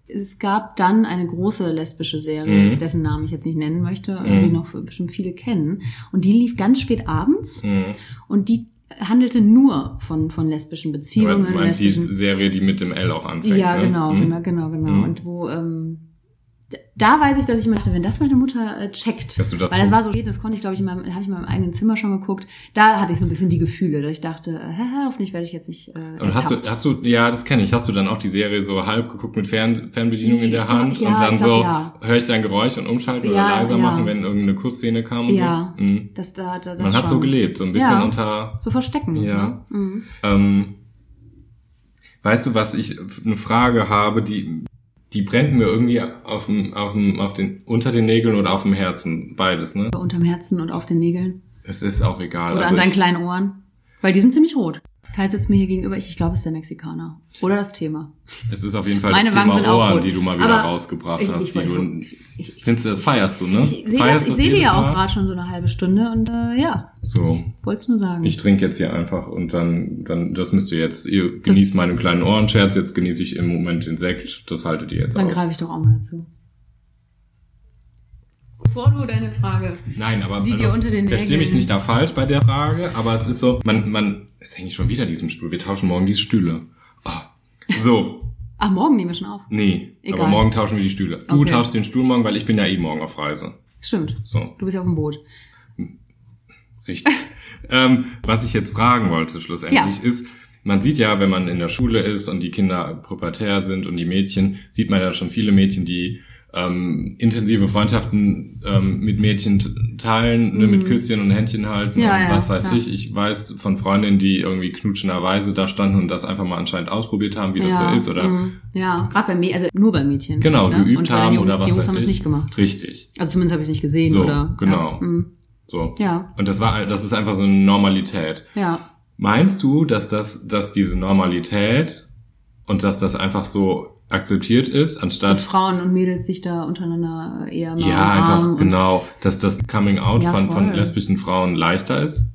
Speaker 4: es gab dann eine große lesbische Serie,
Speaker 3: Mhm.
Speaker 4: dessen Namen ich jetzt nicht nennen möchte, äh,
Speaker 3: Mhm.
Speaker 4: die noch bestimmt viele kennen. Und die lief ganz spät abends.
Speaker 3: Mhm.
Speaker 4: Und die handelte nur von, von lesbischen Beziehungen.
Speaker 3: Du meinst die
Speaker 4: lesbischen
Speaker 3: Serie, die mit dem L auch anfängt.
Speaker 4: ja,
Speaker 3: ne?
Speaker 4: genau,
Speaker 3: Hm?
Speaker 4: genau, genau, genau.
Speaker 3: Mhm.
Speaker 4: Und wo, ähm, d- da weiß ich, dass ich mir dachte, wenn das meine Mutter äh, checkt,
Speaker 3: Dass du das
Speaker 4: weil das
Speaker 3: guckst.
Speaker 4: war so spät, das konnte ich, glaube ich, in meinem, habe ich in meinem eigenen Zimmer schon geguckt. Da hatte ich so ein bisschen die Gefühle, dass ich dachte, äh, haha, hoffentlich werde ich jetzt nicht äh,
Speaker 3: Und hast
Speaker 4: ertappt.
Speaker 3: du, hast du, ja, das kenne ich. Hast du dann auch die Serie so halb geguckt mit Fern Fernbedienung in
Speaker 4: Ich
Speaker 3: der
Speaker 4: glaub,
Speaker 3: Hand
Speaker 4: ja,
Speaker 3: und dann
Speaker 4: ich glaub,
Speaker 3: so
Speaker 4: ja.
Speaker 3: höre ich dann Geräusch und umschalten oder
Speaker 4: Ja,
Speaker 3: leiser
Speaker 4: ja.
Speaker 3: machen, wenn irgendeine Kussszene kam und
Speaker 4: Ja.
Speaker 3: so? Mhm.
Speaker 4: das, da, da, das
Speaker 3: Man hat so
Speaker 4: schon.
Speaker 3: gelebt, so ein bisschen
Speaker 4: Ja.
Speaker 3: unter.
Speaker 4: So verstecken.
Speaker 3: Ja.
Speaker 4: Ne? Mhm.
Speaker 3: Ähm, weißt du, was ich f- eine Frage habe, die die brennt mir irgendwie auf dem, auf dem, auf den unter den Nägeln oder auf dem Herzen, beides, ne?
Speaker 4: Unterm Herzen und auf den Nägeln.
Speaker 3: Es ist auch egal.
Speaker 4: Oder
Speaker 3: also
Speaker 4: an deinen
Speaker 3: ich,
Speaker 4: kleinen Ohren. Weil die sind ziemlich rot. Kai sitzt mir hier gegenüber. Ich, ich glaube, es ist der Mexikaner. Oder das Thema.
Speaker 3: es ist auf jeden Fall
Speaker 4: Meine
Speaker 3: das
Speaker 4: Wangen
Speaker 3: Thema
Speaker 4: sind auch
Speaker 3: Ohren,
Speaker 4: rot.
Speaker 3: die du mal wieder
Speaker 4: Aber
Speaker 3: rausgebracht
Speaker 4: ich
Speaker 3: hast,
Speaker 4: ich,
Speaker 3: die
Speaker 4: ich,
Speaker 3: du
Speaker 4: ich, ich,
Speaker 3: Findest du, das feierst du, ne?
Speaker 4: ich, sehe
Speaker 3: feierst
Speaker 4: das, ich
Speaker 3: das
Speaker 4: sehe dir
Speaker 3: jedes
Speaker 4: ja auch
Speaker 3: Mal?
Speaker 4: gerade schon so eine halbe Stunde und äh, ja,
Speaker 3: So,
Speaker 4: wollt's nur sagen.
Speaker 3: ich trinke jetzt hier einfach und dann, dann, das müsst ihr jetzt, ihr genießt meinen kleinen Ohrenscherz, jetzt genieße ich im Moment den Sekt, das haltet ihr jetzt
Speaker 4: Dann
Speaker 3: auf.
Speaker 4: greife ich doch auch mal dazu. Bevor du deine Frage.
Speaker 3: Nein, aber
Speaker 4: Die dir unter den
Speaker 3: verstehe mich
Speaker 4: Nägeln-
Speaker 3: nicht da falsch bei der Frage, aber es ist so, man, man, jetzt hänge ich schon wieder an diesem Stuhl, wir tauschen morgen die Stühle. Oh. So,
Speaker 4: Ach, morgen nehmen wir schon auf.
Speaker 3: nee,
Speaker 4: Egal.
Speaker 3: aber morgen tauschen wir die Stühle. Du
Speaker 4: Okay.
Speaker 3: tauschst den Stuhl morgen, weil ich bin ja eh morgen auf Reise.
Speaker 4: Stimmt.
Speaker 3: So,
Speaker 4: Du bist ja auf dem Boot.
Speaker 3: Richtig. ähm, was ich jetzt fragen wollte schlussendlich ist, man sieht ja, wenn man in der Schule ist und die Kinder pubertär sind und die Mädchen, sieht man ja schon viele Mädchen, die ähm, intensive Freundschaften ähm, mit Mädchen t- teilen, ne, mit Küsschen und Händchen halten
Speaker 4: Mhm. Ja,
Speaker 3: und
Speaker 4: ja,
Speaker 3: was weiß
Speaker 4: klar.
Speaker 3: ich. Ich weiß von Freundinnen, die irgendwie knutschenderweise da standen und das einfach mal anscheinend ausprobiert haben, wie das so ist oder
Speaker 4: mm, ja, gerade bei Mädchen, also nur bei Mädchen.
Speaker 3: genau,
Speaker 4: ne?
Speaker 3: geübt
Speaker 4: Und bei den
Speaker 3: haben
Speaker 4: Jungs,
Speaker 3: oder was
Speaker 4: die Jungs
Speaker 3: weiß
Speaker 4: haben
Speaker 3: ich.
Speaker 4: es nicht gemacht.
Speaker 3: Richtig.
Speaker 4: Also zumindest habe ich es nicht gesehen
Speaker 3: So,
Speaker 4: oder.
Speaker 3: genau.
Speaker 4: Ja. mm,
Speaker 3: So.
Speaker 4: ja,
Speaker 3: Und das war das ist einfach so eine Normalität.
Speaker 4: ja.
Speaker 3: Meinst du, dass das, dass diese Normalität und dass das einfach so akzeptiert ist,
Speaker 4: Dass
Speaker 3: anstatt
Speaker 4: Also Frauen und Mädels sich da untereinander äh, eher mal
Speaker 3: ja
Speaker 4: umarmen
Speaker 3: einfach
Speaker 4: und-
Speaker 3: genau, dass das Coming Out
Speaker 4: Ja,
Speaker 3: von, von
Speaker 4: voll.
Speaker 3: lesbischen Frauen leichter ist?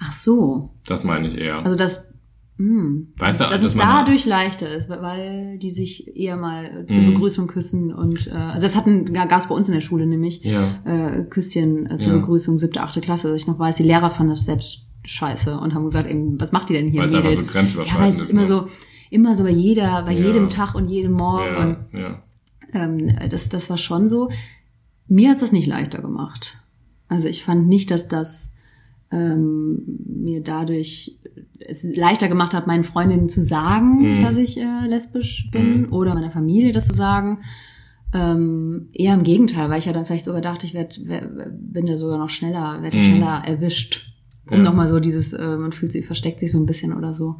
Speaker 4: Ach so.
Speaker 3: Das meine ich eher.
Speaker 4: Also das. Hm.
Speaker 3: Weißt du,
Speaker 4: dass
Speaker 3: dass
Speaker 4: es
Speaker 3: man-
Speaker 4: dadurch leichter ist, weil- weil die sich eher mal zur
Speaker 3: Mhm.
Speaker 4: Begrüßung küssen und äh, also das hatten gab es bei uns in der Schule nämlich
Speaker 3: ja,
Speaker 4: äh, Küsschen äh, zur
Speaker 3: Ja.
Speaker 4: Begrüßung siebte achte Klasse, dass ich noch weiß, die Lehrer fanden das selbst scheiße und haben gesagt, eben, was macht die denn hier
Speaker 3: weil es einfach so
Speaker 4: ja, weil
Speaker 3: grenzüberschreitend
Speaker 4: es
Speaker 3: ist.
Speaker 4: immer
Speaker 3: ne?
Speaker 4: so immer so bei jeder, bei
Speaker 3: Ja.
Speaker 4: jedem Tag und jedem Morgen und
Speaker 3: ja, ja.
Speaker 4: ähm, das, das war schon so. Mir hat's das nicht leichter gemacht. Also ich fand nicht, dass das ähm, mir dadurch es leichter gemacht hat, meinen Freundinnen zu sagen,
Speaker 3: Mhm.
Speaker 4: dass ich äh, lesbisch bin oder meiner Familie das zu sagen. Ähm, eher im Gegenteil, weil ich ja dann vielleicht sogar dachte, ich werd, wer- bin da sogar noch schneller, werde
Speaker 3: Mhm.
Speaker 4: schneller erwischt. Um
Speaker 3: Ja.
Speaker 4: nochmal so dieses, äh, man fühlt sich, versteckt sich so ein bisschen oder so.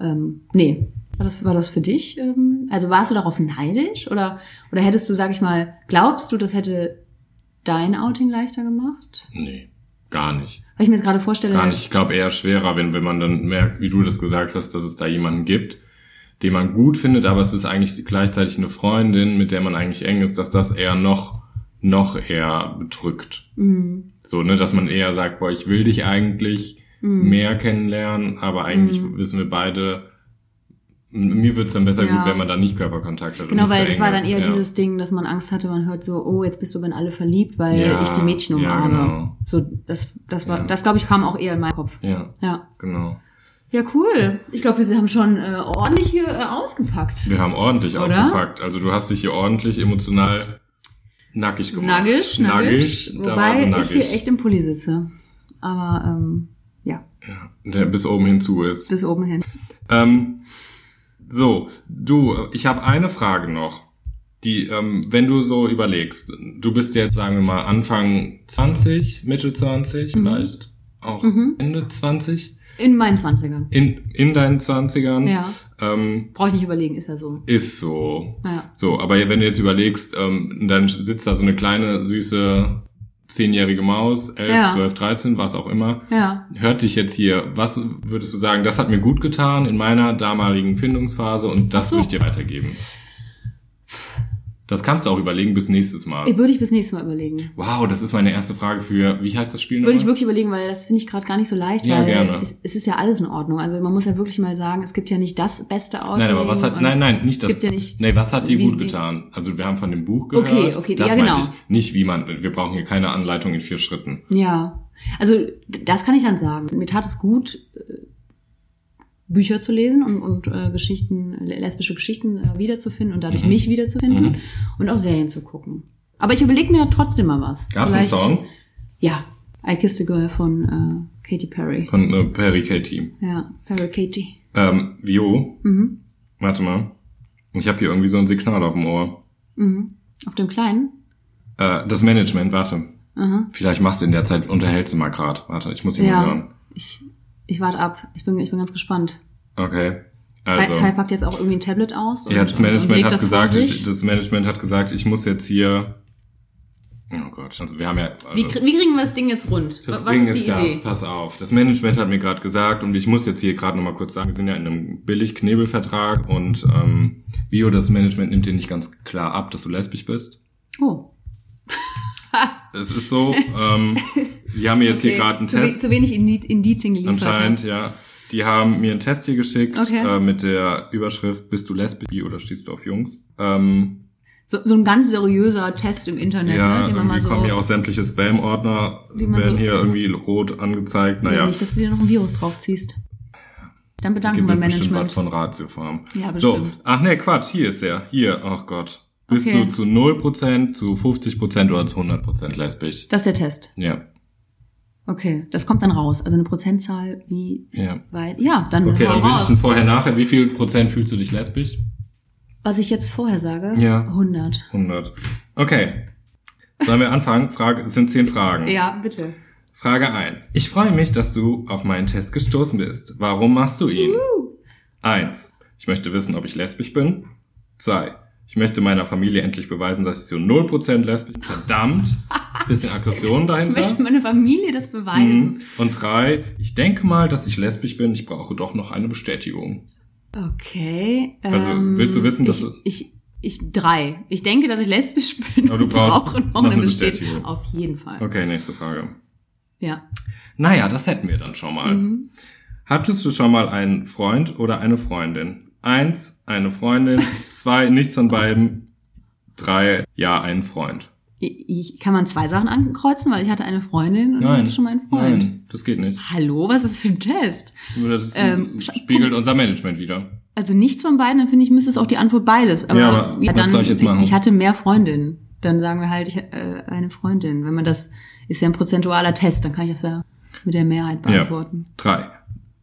Speaker 4: Ähm, nee. War das, war das für dich? Ähm, also warst du darauf neidisch? Oder, oder hättest du, sag ich mal, glaubst du, das hätte dein Outing leichter gemacht?
Speaker 3: Nee, gar nicht.
Speaker 4: Weil ich mir jetzt gerade vorstelle,
Speaker 3: Gar nicht. Ich glaube eher schwerer, wenn, wenn man dann merkt, wie du das gesagt hast, dass es da jemanden gibt, den man gut findet, aber es ist eigentlich gleichzeitig eine Freundin, mit der man eigentlich eng ist, dass das eher noch, noch eher bedrückt.
Speaker 4: Mh,
Speaker 3: So, ne, dass man eher sagt, boah, ich will dich eigentlich
Speaker 4: mh.
Speaker 3: mehr kennenlernen, aber eigentlich
Speaker 4: Mhm.
Speaker 3: wissen wir beide, m- mir wird's dann besser
Speaker 4: Ja.
Speaker 3: gut, wenn man da nicht Körperkontakt hat. und
Speaker 4: Genau,
Speaker 3: nicht
Speaker 4: weil
Speaker 3: so
Speaker 4: es
Speaker 3: eng
Speaker 4: war dann
Speaker 3: ist,
Speaker 4: eher
Speaker 3: ja.
Speaker 4: dieses Ding, dass man Angst hatte, man hört so, oh, jetzt bist du in alle verliebt, weil
Speaker 3: Ja,
Speaker 4: ich die Mädchen
Speaker 3: ja,
Speaker 4: umarme.
Speaker 3: genau.
Speaker 4: So, das, das war,
Speaker 3: Ja.
Speaker 4: das glaube ich kam auch eher in meinen Kopf.
Speaker 3: Ja,
Speaker 4: Ja.
Speaker 3: genau.
Speaker 4: Ja, cool. Ich glaube, wir haben schon äh, ordentlich hier äh, ausgepackt.
Speaker 3: Wir haben ordentlich
Speaker 4: Oder?
Speaker 3: ausgepackt. Also du hast dich hier ordentlich emotional nackig gemacht.
Speaker 4: Naggisch, naggisch.
Speaker 3: Nagisch, da war
Speaker 4: Wobei
Speaker 3: sie
Speaker 4: ich hier
Speaker 3: nackig.
Speaker 4: echt im Pulli sitze. Aber ähm, ja,
Speaker 3: Der bis oben hinzu ist.
Speaker 4: bis oben hin.
Speaker 3: Ähm, so, du, ich habe eine Frage noch. Die, ähm, wenn du so überlegst, du bist jetzt, sagen wir mal, Anfang 20, Mitte 20,
Speaker 4: Mhm.
Speaker 3: vielleicht auch
Speaker 4: Mhm.
Speaker 3: Ende 20,
Speaker 4: In meinen 20ern.
Speaker 3: in, in deinen 20ern,
Speaker 4: Ja.
Speaker 3: ähm,
Speaker 4: Brauche ich nicht überlegen, ist ja so.
Speaker 3: ist so.
Speaker 4: Naja.
Speaker 3: So, aber wenn du jetzt überlegst, ähm, dann sitzt da so eine kleine, süße, zehnjährige Maus, elf,
Speaker 4: Ja.
Speaker 3: zwölf, dreizehn, was auch immer,
Speaker 4: Ja.
Speaker 3: hört dich jetzt hier, was würdest du sagen, das hat mir gut getan in meiner damaligen Findungsphase und das
Speaker 4: Ach so.
Speaker 3: würde ich dir weitergeben? Das kannst du auch überlegen bis nächstes Mal.
Speaker 4: Ich- Würde ich bis nächstes Mal überlegen.
Speaker 3: Wow, das ist meine erste Frage für, wie heißt das Spiel
Speaker 4: Würde ich
Speaker 3: nochmal?
Speaker 4: wirklich überlegen, weil das finde ich gerade gar nicht so leicht,
Speaker 3: Ja,
Speaker 4: weil
Speaker 3: gerne.
Speaker 4: Es, es ist ja alles in Ordnung. Also man muss ja wirklich mal sagen, es gibt ja nicht das beste Auto.
Speaker 3: Nein, aber was hat, nein, nein, nicht
Speaker 4: Es
Speaker 3: das.
Speaker 4: gibt ja nicht.
Speaker 3: Nee, was hat dir
Speaker 4: Wie-
Speaker 3: gut
Speaker 4: wie's-
Speaker 3: getan? Also wir haben von dem Buch gehört.
Speaker 4: Okay, okay,
Speaker 3: das
Speaker 4: ja,
Speaker 3: meinte
Speaker 4: genau.
Speaker 3: Ich. Nicht wie man, wir brauchen hier keine Anleitung in vier Schritten.
Speaker 4: Ja. Also das kann ich dann sagen. Mir tat es gut, äh, Bücher zu lesen und, und äh, Geschichten, lesbische Geschichten äh, wiederzufinden und dadurch
Speaker 3: Mhm.
Speaker 4: mich wiederzufinden
Speaker 3: Mhm.
Speaker 4: und auch Serien zu gucken. Aber ich überlege mir trotzdem mal was.
Speaker 3: Gab's einen
Speaker 4: Vielleicht-
Speaker 3: Song
Speaker 4: Ja, I Kissed a Girl von äh, Katy Perry.
Speaker 3: von äh, Perry Katie.
Speaker 4: Ja, Perry Katy.
Speaker 3: Ähm, Vio,
Speaker 4: Mhm.
Speaker 3: warte mal. Ich habe hier irgendwie so ein Signal auf dem Ohr.
Speaker 4: Mhm. Auf dem Kleinen?
Speaker 3: Äh, das Management, warte.
Speaker 4: Aha.
Speaker 3: Vielleicht machst du in der Zeit, unterhältst du mal grad. Warte, ich muss hier mal
Speaker 4: Mhm. Ja.
Speaker 3: hören.
Speaker 4: Ich, ich warte ab. Ich bin, ich bin ganz gespannt.
Speaker 3: Okay.
Speaker 4: Also.
Speaker 3: Also.
Speaker 4: Kai packt jetzt auch irgendwie ein Tablet aus und,
Speaker 3: Ja, das
Speaker 4: und, und
Speaker 3: Management
Speaker 4: legt
Speaker 3: hat
Speaker 4: das
Speaker 3: gesagt,
Speaker 4: vor
Speaker 3: ich,
Speaker 4: sich.
Speaker 3: das Management hat gesagt, ich muss jetzt hier. Oh Gott, also wir haben ja. Also
Speaker 4: wie, krie- wie kriegen wir das Ding jetzt rund?
Speaker 3: das
Speaker 4: Was
Speaker 3: Ding
Speaker 4: ist die
Speaker 3: ist das,
Speaker 4: Idee?
Speaker 3: pass auf. Das Management hat mir gerade gesagt und ich muss jetzt hier gerade nochmal kurz sagen, wir sind ja in einem Billigknebelvertrag und ähm, Bio, das Management nimmt dir nicht ganz klar ab, dass du lesbisch bist.
Speaker 4: Oh,
Speaker 3: Es ist so, ähm, die haben mir jetzt hier
Speaker 4: okay.
Speaker 3: gerade einen
Speaker 4: zu, we
Speaker 3: Test.
Speaker 4: zu wenig Indi- Indizien geliefert.
Speaker 3: Anscheinend, ja. Die haben mir einen Test hier geschickt
Speaker 4: Okay.
Speaker 3: äh, mit der Überschrift, bist du lesbisch bi oder stehst du auf Jungs? Ähm,
Speaker 4: So, so ein ganz seriöser Test im Internet,
Speaker 3: Ja,
Speaker 4: ne, den man
Speaker 3: irgendwie
Speaker 4: mal so.
Speaker 3: kommen hier auch sämtliche Spam-Ordner,
Speaker 4: Die man
Speaker 3: werden
Speaker 4: so-
Speaker 3: hier irgendwie rot angezeigt.
Speaker 4: Ja,
Speaker 3: Naja,
Speaker 4: Nicht, dass du dir noch ein Virus draufziehst. Dann bedanken
Speaker 3: gibt
Speaker 4: wir
Speaker 3: bestimmt
Speaker 4: Management.
Speaker 3: was von Ratiofarm.
Speaker 4: Ja,
Speaker 3: So,
Speaker 4: bestimmt.
Speaker 3: ach nee, Quatsch, hier ist er. Hier, ach Gott. Bist
Speaker 4: Okay.
Speaker 3: du zu 0%, zu 50% oder zu 100% lesbisch?
Speaker 4: Das ist der Test.
Speaker 3: Ja,
Speaker 4: Okay, das kommt dann raus. Also eine Prozentzahl, wie
Speaker 3: ja.
Speaker 4: weit. Ja, dann
Speaker 3: Okay,
Speaker 4: hau
Speaker 3: dann wenigstens
Speaker 4: raus.
Speaker 3: vorher, nachher. Wie viel Prozent fühlst du dich lesbisch?
Speaker 4: Was ich jetzt vorher sage,
Speaker 3: Ja.
Speaker 4: 100.
Speaker 3: 100. Okay. Sollen wir anfangen? Frage, es sind 10 Fragen.
Speaker 4: Ja, bitte.
Speaker 3: Frage 1. Ich freue mich, dass du auf meinen Test gestoßen bist. Warum machst du ihn? 1. Ich möchte wissen, ob ich lesbisch bin. 2. Ich möchte meiner Familie endlich beweisen, dass ich zu 0% lesbisch bin. Verdammt. Bisschen Aggression
Speaker 4: Ich
Speaker 3: dahinter.
Speaker 4: möchte meiner Familie das beweisen.
Speaker 3: Mhm. Und 3. Ich denke mal, dass ich lesbisch bin. Ich brauche doch noch eine Bestätigung.
Speaker 4: Okay. ähm,
Speaker 3: Also, willst du wissen, dass
Speaker 4: ich,
Speaker 3: du-
Speaker 4: ich ich drei. Ich denke, dass ich lesbisch bin.
Speaker 3: Aber du
Speaker 4: und
Speaker 3: brauchst
Speaker 4: brauche noch, eine Bestätigung. Auf jeden Fall.
Speaker 3: Okay, nächste Frage.
Speaker 4: Ja.
Speaker 3: Naja, das hätten wir dann schon mal.
Speaker 4: Mhm.
Speaker 3: Hattest du schon mal einen Freund oder eine Freundin? Eins, eine Freundin. Zwei, nichts von beiden. Drei, ja, einen Freund.
Speaker 4: Ich, ich, kann man zwei Sachen ankreuzen, weil ich hatte eine Freundin und hatte schon mal einen Freund.
Speaker 3: Nein, das geht nicht.
Speaker 4: Hallo, was ist das für ein Test?
Speaker 3: Nur das
Speaker 4: Ähm,
Speaker 3: spiegelt unser Management wieder.
Speaker 4: Also nichts von beiden, dann finde ich, müsste es auch die Antwort beides. Aber,
Speaker 3: Ja, aber was
Speaker 4: dann,
Speaker 3: soll ich jetzt machen?
Speaker 4: ich, hatte mehr Freundinnen. Dann sagen wir halt, ich, äh, eine Freundin. Wenn man das, ist ja ein prozentualer Test, dann kann ich das ja mit der Mehrheit beantworten.
Speaker 3: Drei.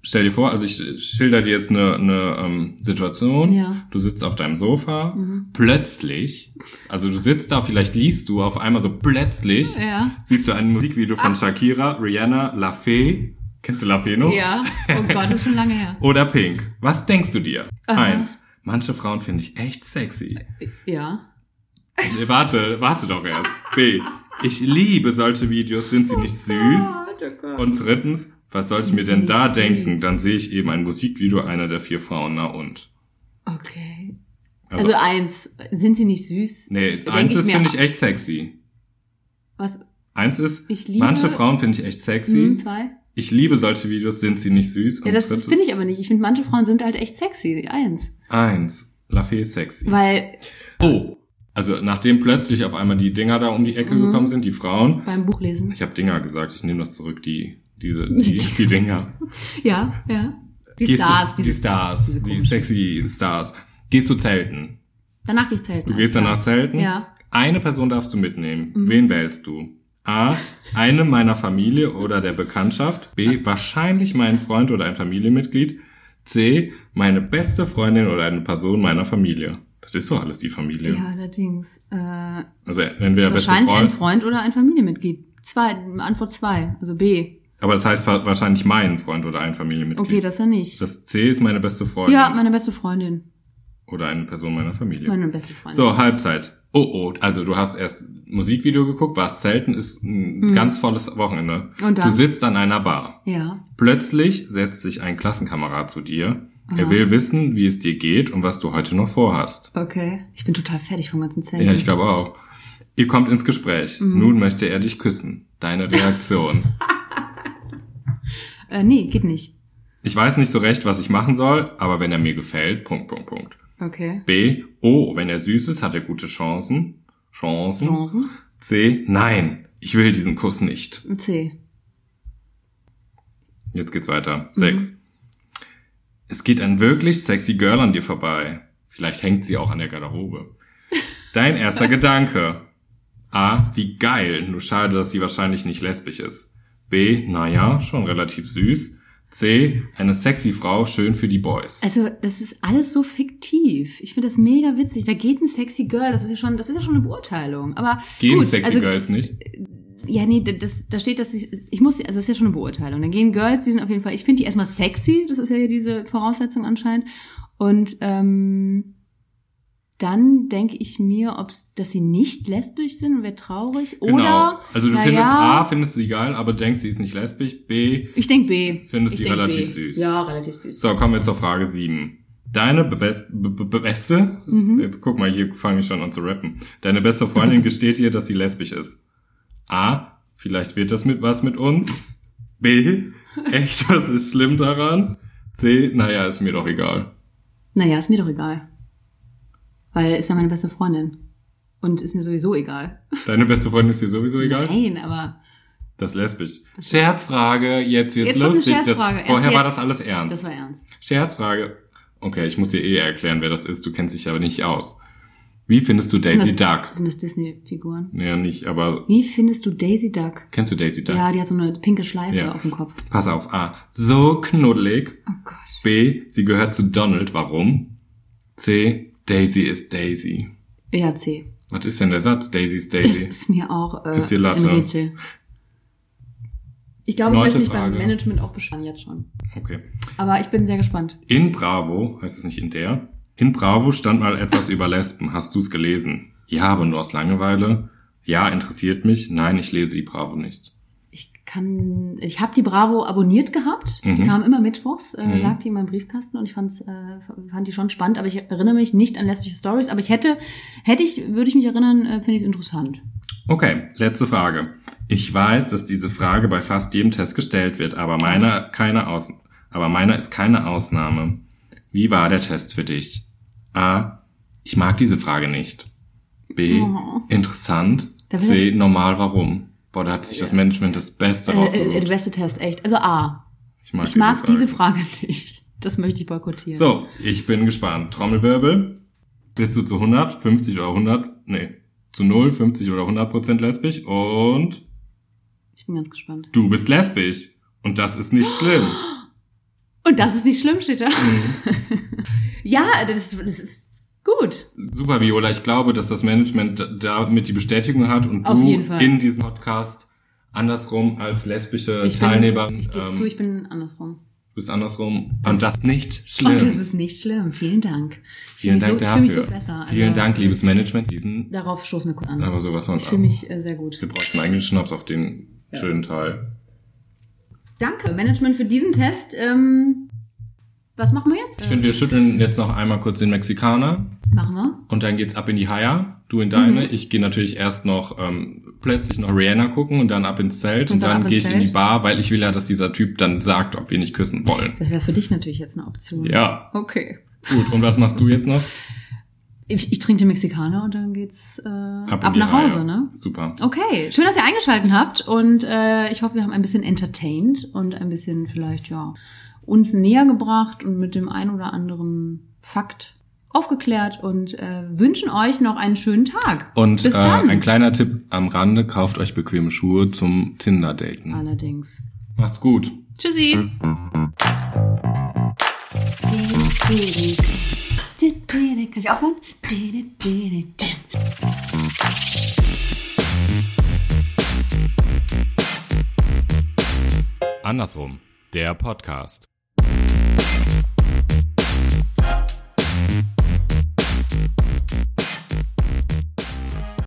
Speaker 3: Stell dir vor, also ich schilder dir jetzt eine, eine ähm, Situation.
Speaker 4: Ja.
Speaker 3: Du sitzt auf deinem Sofa.
Speaker 4: Mhm.
Speaker 3: Plötzlich, also du sitzt da, vielleicht liest du auf einmal so plötzlich,
Speaker 4: Ja. Ah.
Speaker 3: siehst du ein Musikvideo von Shakira, Rihanna, La Fee. Kennst du La Fee noch?
Speaker 4: Ja, oh Gott, ist schon lange her.
Speaker 3: Oder Pink. Was denkst du dir?
Speaker 4: Aha.
Speaker 3: Eins. Manche Frauen finde ich echt sexy.
Speaker 4: Ja.
Speaker 3: Nee, warte, warte doch erst. B. Ich liebe solche Videos, sind sie
Speaker 4: Oh
Speaker 3: nicht süß? Und drittens, was soll ich
Speaker 4: Sind
Speaker 3: mir
Speaker 4: sie
Speaker 3: denn
Speaker 4: nicht
Speaker 3: da
Speaker 4: süß?
Speaker 3: denken? Dann sehe ich eben ein Musikvideo einer der vier Frauen, na und?
Speaker 4: Okay.
Speaker 3: Also-
Speaker 4: Also, eins, sind sie nicht süß?
Speaker 3: Nee,
Speaker 4: Denk
Speaker 3: eins
Speaker 4: ich
Speaker 3: ist,
Speaker 4: mir-
Speaker 3: finde ich, echt sexy.
Speaker 4: Was?
Speaker 3: Eins ist,
Speaker 4: Ich liebe-
Speaker 3: manche Frauen finde ich echt sexy.
Speaker 4: Hm, zwei?
Speaker 3: Ich liebe solche Videos, sind sie nicht süß?
Speaker 4: Ja, das finde ich aber nicht. Ich finde, manche Frauen sind halt echt sexy. Eins.
Speaker 3: Eins, La Fee ist sexy.
Speaker 4: Weil
Speaker 3: oh! Also, nachdem plötzlich auf einmal die Dinger da um die Ecke
Speaker 4: Mhm.
Speaker 3: gekommen sind, die Frauen.
Speaker 4: beim Buchlesen.
Speaker 3: Ich habe Dinger gesagt, ich nehme das zurück, die, diese, die, die Dinger.
Speaker 4: Ja, ja. Die
Speaker 3: Gehst
Speaker 4: Stars,
Speaker 3: du, die Stars,
Speaker 4: diese
Speaker 3: die
Speaker 4: komischen.
Speaker 3: sexy Stars. Gehst du zelten?
Speaker 4: Danach gehe ich zelten.
Speaker 3: Du gehst
Speaker 4: alles klar.
Speaker 3: danach zelten?
Speaker 4: Ja.
Speaker 3: Eine Person darfst du mitnehmen.
Speaker 4: Mhm.
Speaker 3: Wen wählst du? A. Eine meiner Familie oder der Bekanntschaft. B. Wahrscheinlich meinen Freund oder ein Familienmitglied. C. Meine beste Freundin oder eine Person meiner Familie. Das ist doch alles die Familie.
Speaker 4: Ja, allerdings. Äh,
Speaker 3: Also entweder beste
Speaker 4: wahrscheinlich ein
Speaker 3: Freund.
Speaker 4: Freund oder ein Familienmitglied. Zwei, Antwort zwei, also B.
Speaker 3: Aber das heißt wa- wahrscheinlich meinen Freund oder ein Familienmitglied.
Speaker 4: Okay, das ja nicht.
Speaker 3: das C ist meine beste Freundin
Speaker 4: ja, meine beste Freundin.
Speaker 3: oder eine Person meiner Familie.
Speaker 4: Mhm. Meine beste Freundin.
Speaker 3: So, Halbzeit. Oh, oh, also du hast erst Musikvideo geguckt, warst selten, ist ein
Speaker 4: Mhm.
Speaker 3: ganz volles Wochenende.
Speaker 4: Und
Speaker 3: Du
Speaker 4: dann?
Speaker 3: sitzt an einer Bar.
Speaker 4: Ja.
Speaker 3: Plötzlich setzt sich ein Klassenkamerad zu dir. Er
Speaker 4: Aha.
Speaker 3: will wissen, wie es dir geht und was du heute noch vorhast.
Speaker 4: Okay. Ich bin total fertig vom ganzen Zelten.
Speaker 3: Ja, ich glaube auch. Ihr kommt ins Gespräch.
Speaker 4: Mhm.
Speaker 3: Nun möchte er dich küssen. Deine Reaktion.
Speaker 4: Äh, nee, geht nicht.
Speaker 3: ich weiß nicht so recht, was ich machen soll, aber wenn er mir gefällt, Punkt, Punkt, Punkt.
Speaker 4: Okay.
Speaker 3: B. Oh, wenn er süß ist, hat er gute Chancen. Chancen.
Speaker 4: Chancen?
Speaker 3: C. Nein, ich will diesen Kuss nicht.
Speaker 4: C.
Speaker 3: Jetzt geht's weiter.
Speaker 4: Mhm.
Speaker 3: Sechs. Es geht ein wirklich sexy Girl an dir vorbei. Vielleicht hängt sie auch an der Garderobe. Dein erster Gedanke. A. Wie geil. Nur schade, dass sie wahrscheinlich nicht lesbisch ist. B. Naja, schon relativ süß. C. Eine sexy Frau, schön für die Boys.
Speaker 4: Also, das ist alles so fiktiv. Ich finde das mega witzig. Da geht ein sexy Girl. Das ist ja schon, das ist ja schon eine Beurteilung. Aber
Speaker 3: Gehen
Speaker 4: gut,
Speaker 3: sexy
Speaker 4: also,
Speaker 3: Girls nicht?
Speaker 4: Ja, nee, da- das, da steht, dass ich, ich muss, also das ist ja schon eine Beurteilung. Dann gehen Girls, die sind auf jeden Fall, ich finde die erstmal sexy, das ist ja hier diese Voraussetzung anscheinend. Und ähm, dann denke ich mir, ob's, dass sie nicht lesbisch sind und wäre traurig. Oder,
Speaker 3: Also du
Speaker 4: na
Speaker 3: findest
Speaker 4: ja.
Speaker 3: A, findest du sie geil, aber denkst, sie ist nicht lesbisch. B.
Speaker 4: ich denke B.
Speaker 3: Findest
Speaker 4: ich
Speaker 3: die
Speaker 4: denk
Speaker 3: relativ
Speaker 4: B.
Speaker 3: süß.
Speaker 4: Ja, relativ süß.
Speaker 3: So, kommen wir zur Frage sieben. Deine be- best, be- be- beste,
Speaker 4: Mhm.
Speaker 3: jetzt guck mal, hier fange ich schon an zu rappen. Deine beste Freundin gesteht ihr, dass sie lesbisch ist. A, vielleicht wird das mit was mit uns. B, echt, was ist schlimm daran? C, naja, ist mir doch egal.
Speaker 4: Naja, ist mir doch egal. Weil ist ja meine beste Freundin. Und ist mir sowieso egal.
Speaker 3: Deine beste Freundin ist dir sowieso egal?
Speaker 4: Nein, aber
Speaker 3: Das ist lesbisch. Scherzfrage, jetzt wird's
Speaker 4: Jetzt kommt eine
Speaker 3: lustig. Das,
Speaker 4: Scherzfrage. Erst
Speaker 3: vorher war
Speaker 4: jetzt.
Speaker 3: das alles ernst.
Speaker 4: das war ernst.
Speaker 3: Scherzfrage. Okay, ich muss dir eh erklären, wer das ist. Du kennst dich aber nicht aus. Wie findest du Daisy
Speaker 4: Sind das-
Speaker 3: Duck?
Speaker 4: Sind das Disney-Figuren?
Speaker 3: Naja, nicht, aber
Speaker 4: Wie findest du Daisy Duck?
Speaker 3: kennst du Daisy Duck?
Speaker 4: Ja, die hat so eine pinke Schleife
Speaker 3: Ja.
Speaker 4: auf dem Kopf.
Speaker 3: Pass auf. A. So knuddelig.
Speaker 4: Oh Gott.
Speaker 3: B. Sie gehört zu Donald. Warum? C. Daisy ist Daisy.
Speaker 4: Ja, C.
Speaker 3: Was ist denn der Satz? Daisy ist
Speaker 4: Das
Speaker 3: Daisy.
Speaker 4: ist mir auch äh,
Speaker 3: Ist die Latte.
Speaker 4: ein Rätsel. Ich glaube, ich
Speaker 3: Neunte
Speaker 4: möchte mich
Speaker 3: Frage.
Speaker 4: beim Management auch beschweren jetzt schon.
Speaker 3: Okay.
Speaker 4: Aber ich bin sehr gespannt.
Speaker 3: In Bravo, heißt es nicht in der? In Bravo stand mal etwas über Lesben. Hast du's gelesen? Ja, aber nur aus Langeweile. Ja, interessiert mich. Nein, ich lese die Bravo nicht.
Speaker 4: Ich kann, ich habe die Bravo abonniert gehabt.
Speaker 3: Mhm.
Speaker 4: Die kam immer mittwochs, äh,
Speaker 3: Mhm.
Speaker 4: lag die in meinem Briefkasten und ich fand's, äh, fand die schon spannend. Aber ich erinnere mich nicht an lesbische Stories. Aber ich hätte, hätte ich, würde ich mich erinnern, äh, finde ich interessant.
Speaker 3: Okay, letzte Frage. Ich weiß, dass diese Frage bei fast jedem Test gestellt wird, aber meiner keine Aus aber meiner ist keine Ausnahme. Wie war der Test für dich? A. Ich mag diese Frage nicht. B.
Speaker 4: Oh.
Speaker 3: Interessant.
Speaker 4: Da will-
Speaker 3: C. Normal warum? Boah, da hat sich das Management das Beste
Speaker 4: Äh, äh, der
Speaker 3: rausgesucht.
Speaker 4: beste Test, echt. Also A.
Speaker 3: Ich mag,
Speaker 4: ich mag diese Frage nicht. Das möchte ich boykottieren.
Speaker 3: So, ich bin gespannt. Trommelwirbel. Bist du zu 100, 50 oder 100? Nee, zu 0, 50 oder 100 Prozent lesbisch und
Speaker 4: Ich bin ganz gespannt.
Speaker 3: du bist lesbisch. Und das ist nicht schlimm.
Speaker 4: Und das ist nicht schlimm, steht da.
Speaker 3: Mhm.
Speaker 4: ja, das, das ist gut.
Speaker 3: Super, Viola. Ich glaube, dass das Management da- damit die Bestätigung hat und
Speaker 4: Auf
Speaker 3: du
Speaker 4: jeden Fall.
Speaker 3: in diesem Podcast andersrum als lesbische
Speaker 4: Ich bin-
Speaker 3: Teilnehmerin
Speaker 4: Ich gebe
Speaker 3: Äh, ähm,
Speaker 4: zu, ich bin andersrum.
Speaker 3: bist andersrum.
Speaker 4: Das-
Speaker 3: und das nicht
Speaker 4: Und
Speaker 3: schlimm.
Speaker 4: das ist nicht schlimm. Vielen Dank. Ich fühl
Speaker 3: Vielen
Speaker 4: mich
Speaker 3: Dank
Speaker 4: so, Ich
Speaker 3: dafür.
Speaker 4: fühle mich so besser. Also,
Speaker 3: Vielen Dank, liebes Management. Diesen,
Speaker 4: Darauf stoßen wir kurz an.
Speaker 3: aber sowas von
Speaker 4: ich fühle mich äh, sehr gut.
Speaker 3: Wir bräuchten eigentlich einen Schnaps auf den schönen Teil.
Speaker 4: Danke, Management, für diesen Test. Ähm, was machen wir jetzt? Äh,
Speaker 3: Ich finde, wir schütteln jetzt noch einmal kurz den Mexikaner.
Speaker 4: machen wir.
Speaker 3: Und dann geht's ab in die Haya, du in deine.
Speaker 4: Mhm.
Speaker 3: Ich gehe natürlich erst noch ähm, plötzlich noch Rihanna gucken und dann ab ins Zelt und,
Speaker 4: Und dann
Speaker 3: dann,
Speaker 4: ab
Speaker 3: gehe ich
Speaker 4: ins
Speaker 3: in die
Speaker 4: Zelt.
Speaker 3: Bar, weil ich will ja, dass dieser Typ dann sagt, ob wir nicht küssen wollen.
Speaker 4: Das wäre für dich natürlich jetzt eine Option.
Speaker 3: Ja,
Speaker 4: Okay.
Speaker 3: gut. Und was machst du jetzt noch?
Speaker 4: Ich, ich trinke den Mexikaner und dann geht's äh, ab,
Speaker 3: in die
Speaker 4: nach
Speaker 3: Haya.
Speaker 4: Hause, ne?
Speaker 3: Super.
Speaker 4: Okay, schön, dass ihr eingeschalten habt und äh, ich hoffe, wir haben ein bisschen entertained und ein bisschen vielleicht ja uns näher gebracht und mit dem ein oder anderen Fakt aufgeklärt und äh, wünschen euch noch einen schönen Tag.
Speaker 3: Und äh,
Speaker 4: bis dann.
Speaker 3: ein kleiner Tipp am Rande, kauft euch bequeme Schuhe zum Tinder-Daten.
Speaker 4: Allerdings.
Speaker 3: Macht's gut.
Speaker 4: Tschüssi. Kann ich aufhören?
Speaker 3: Andersrum, der Podcast.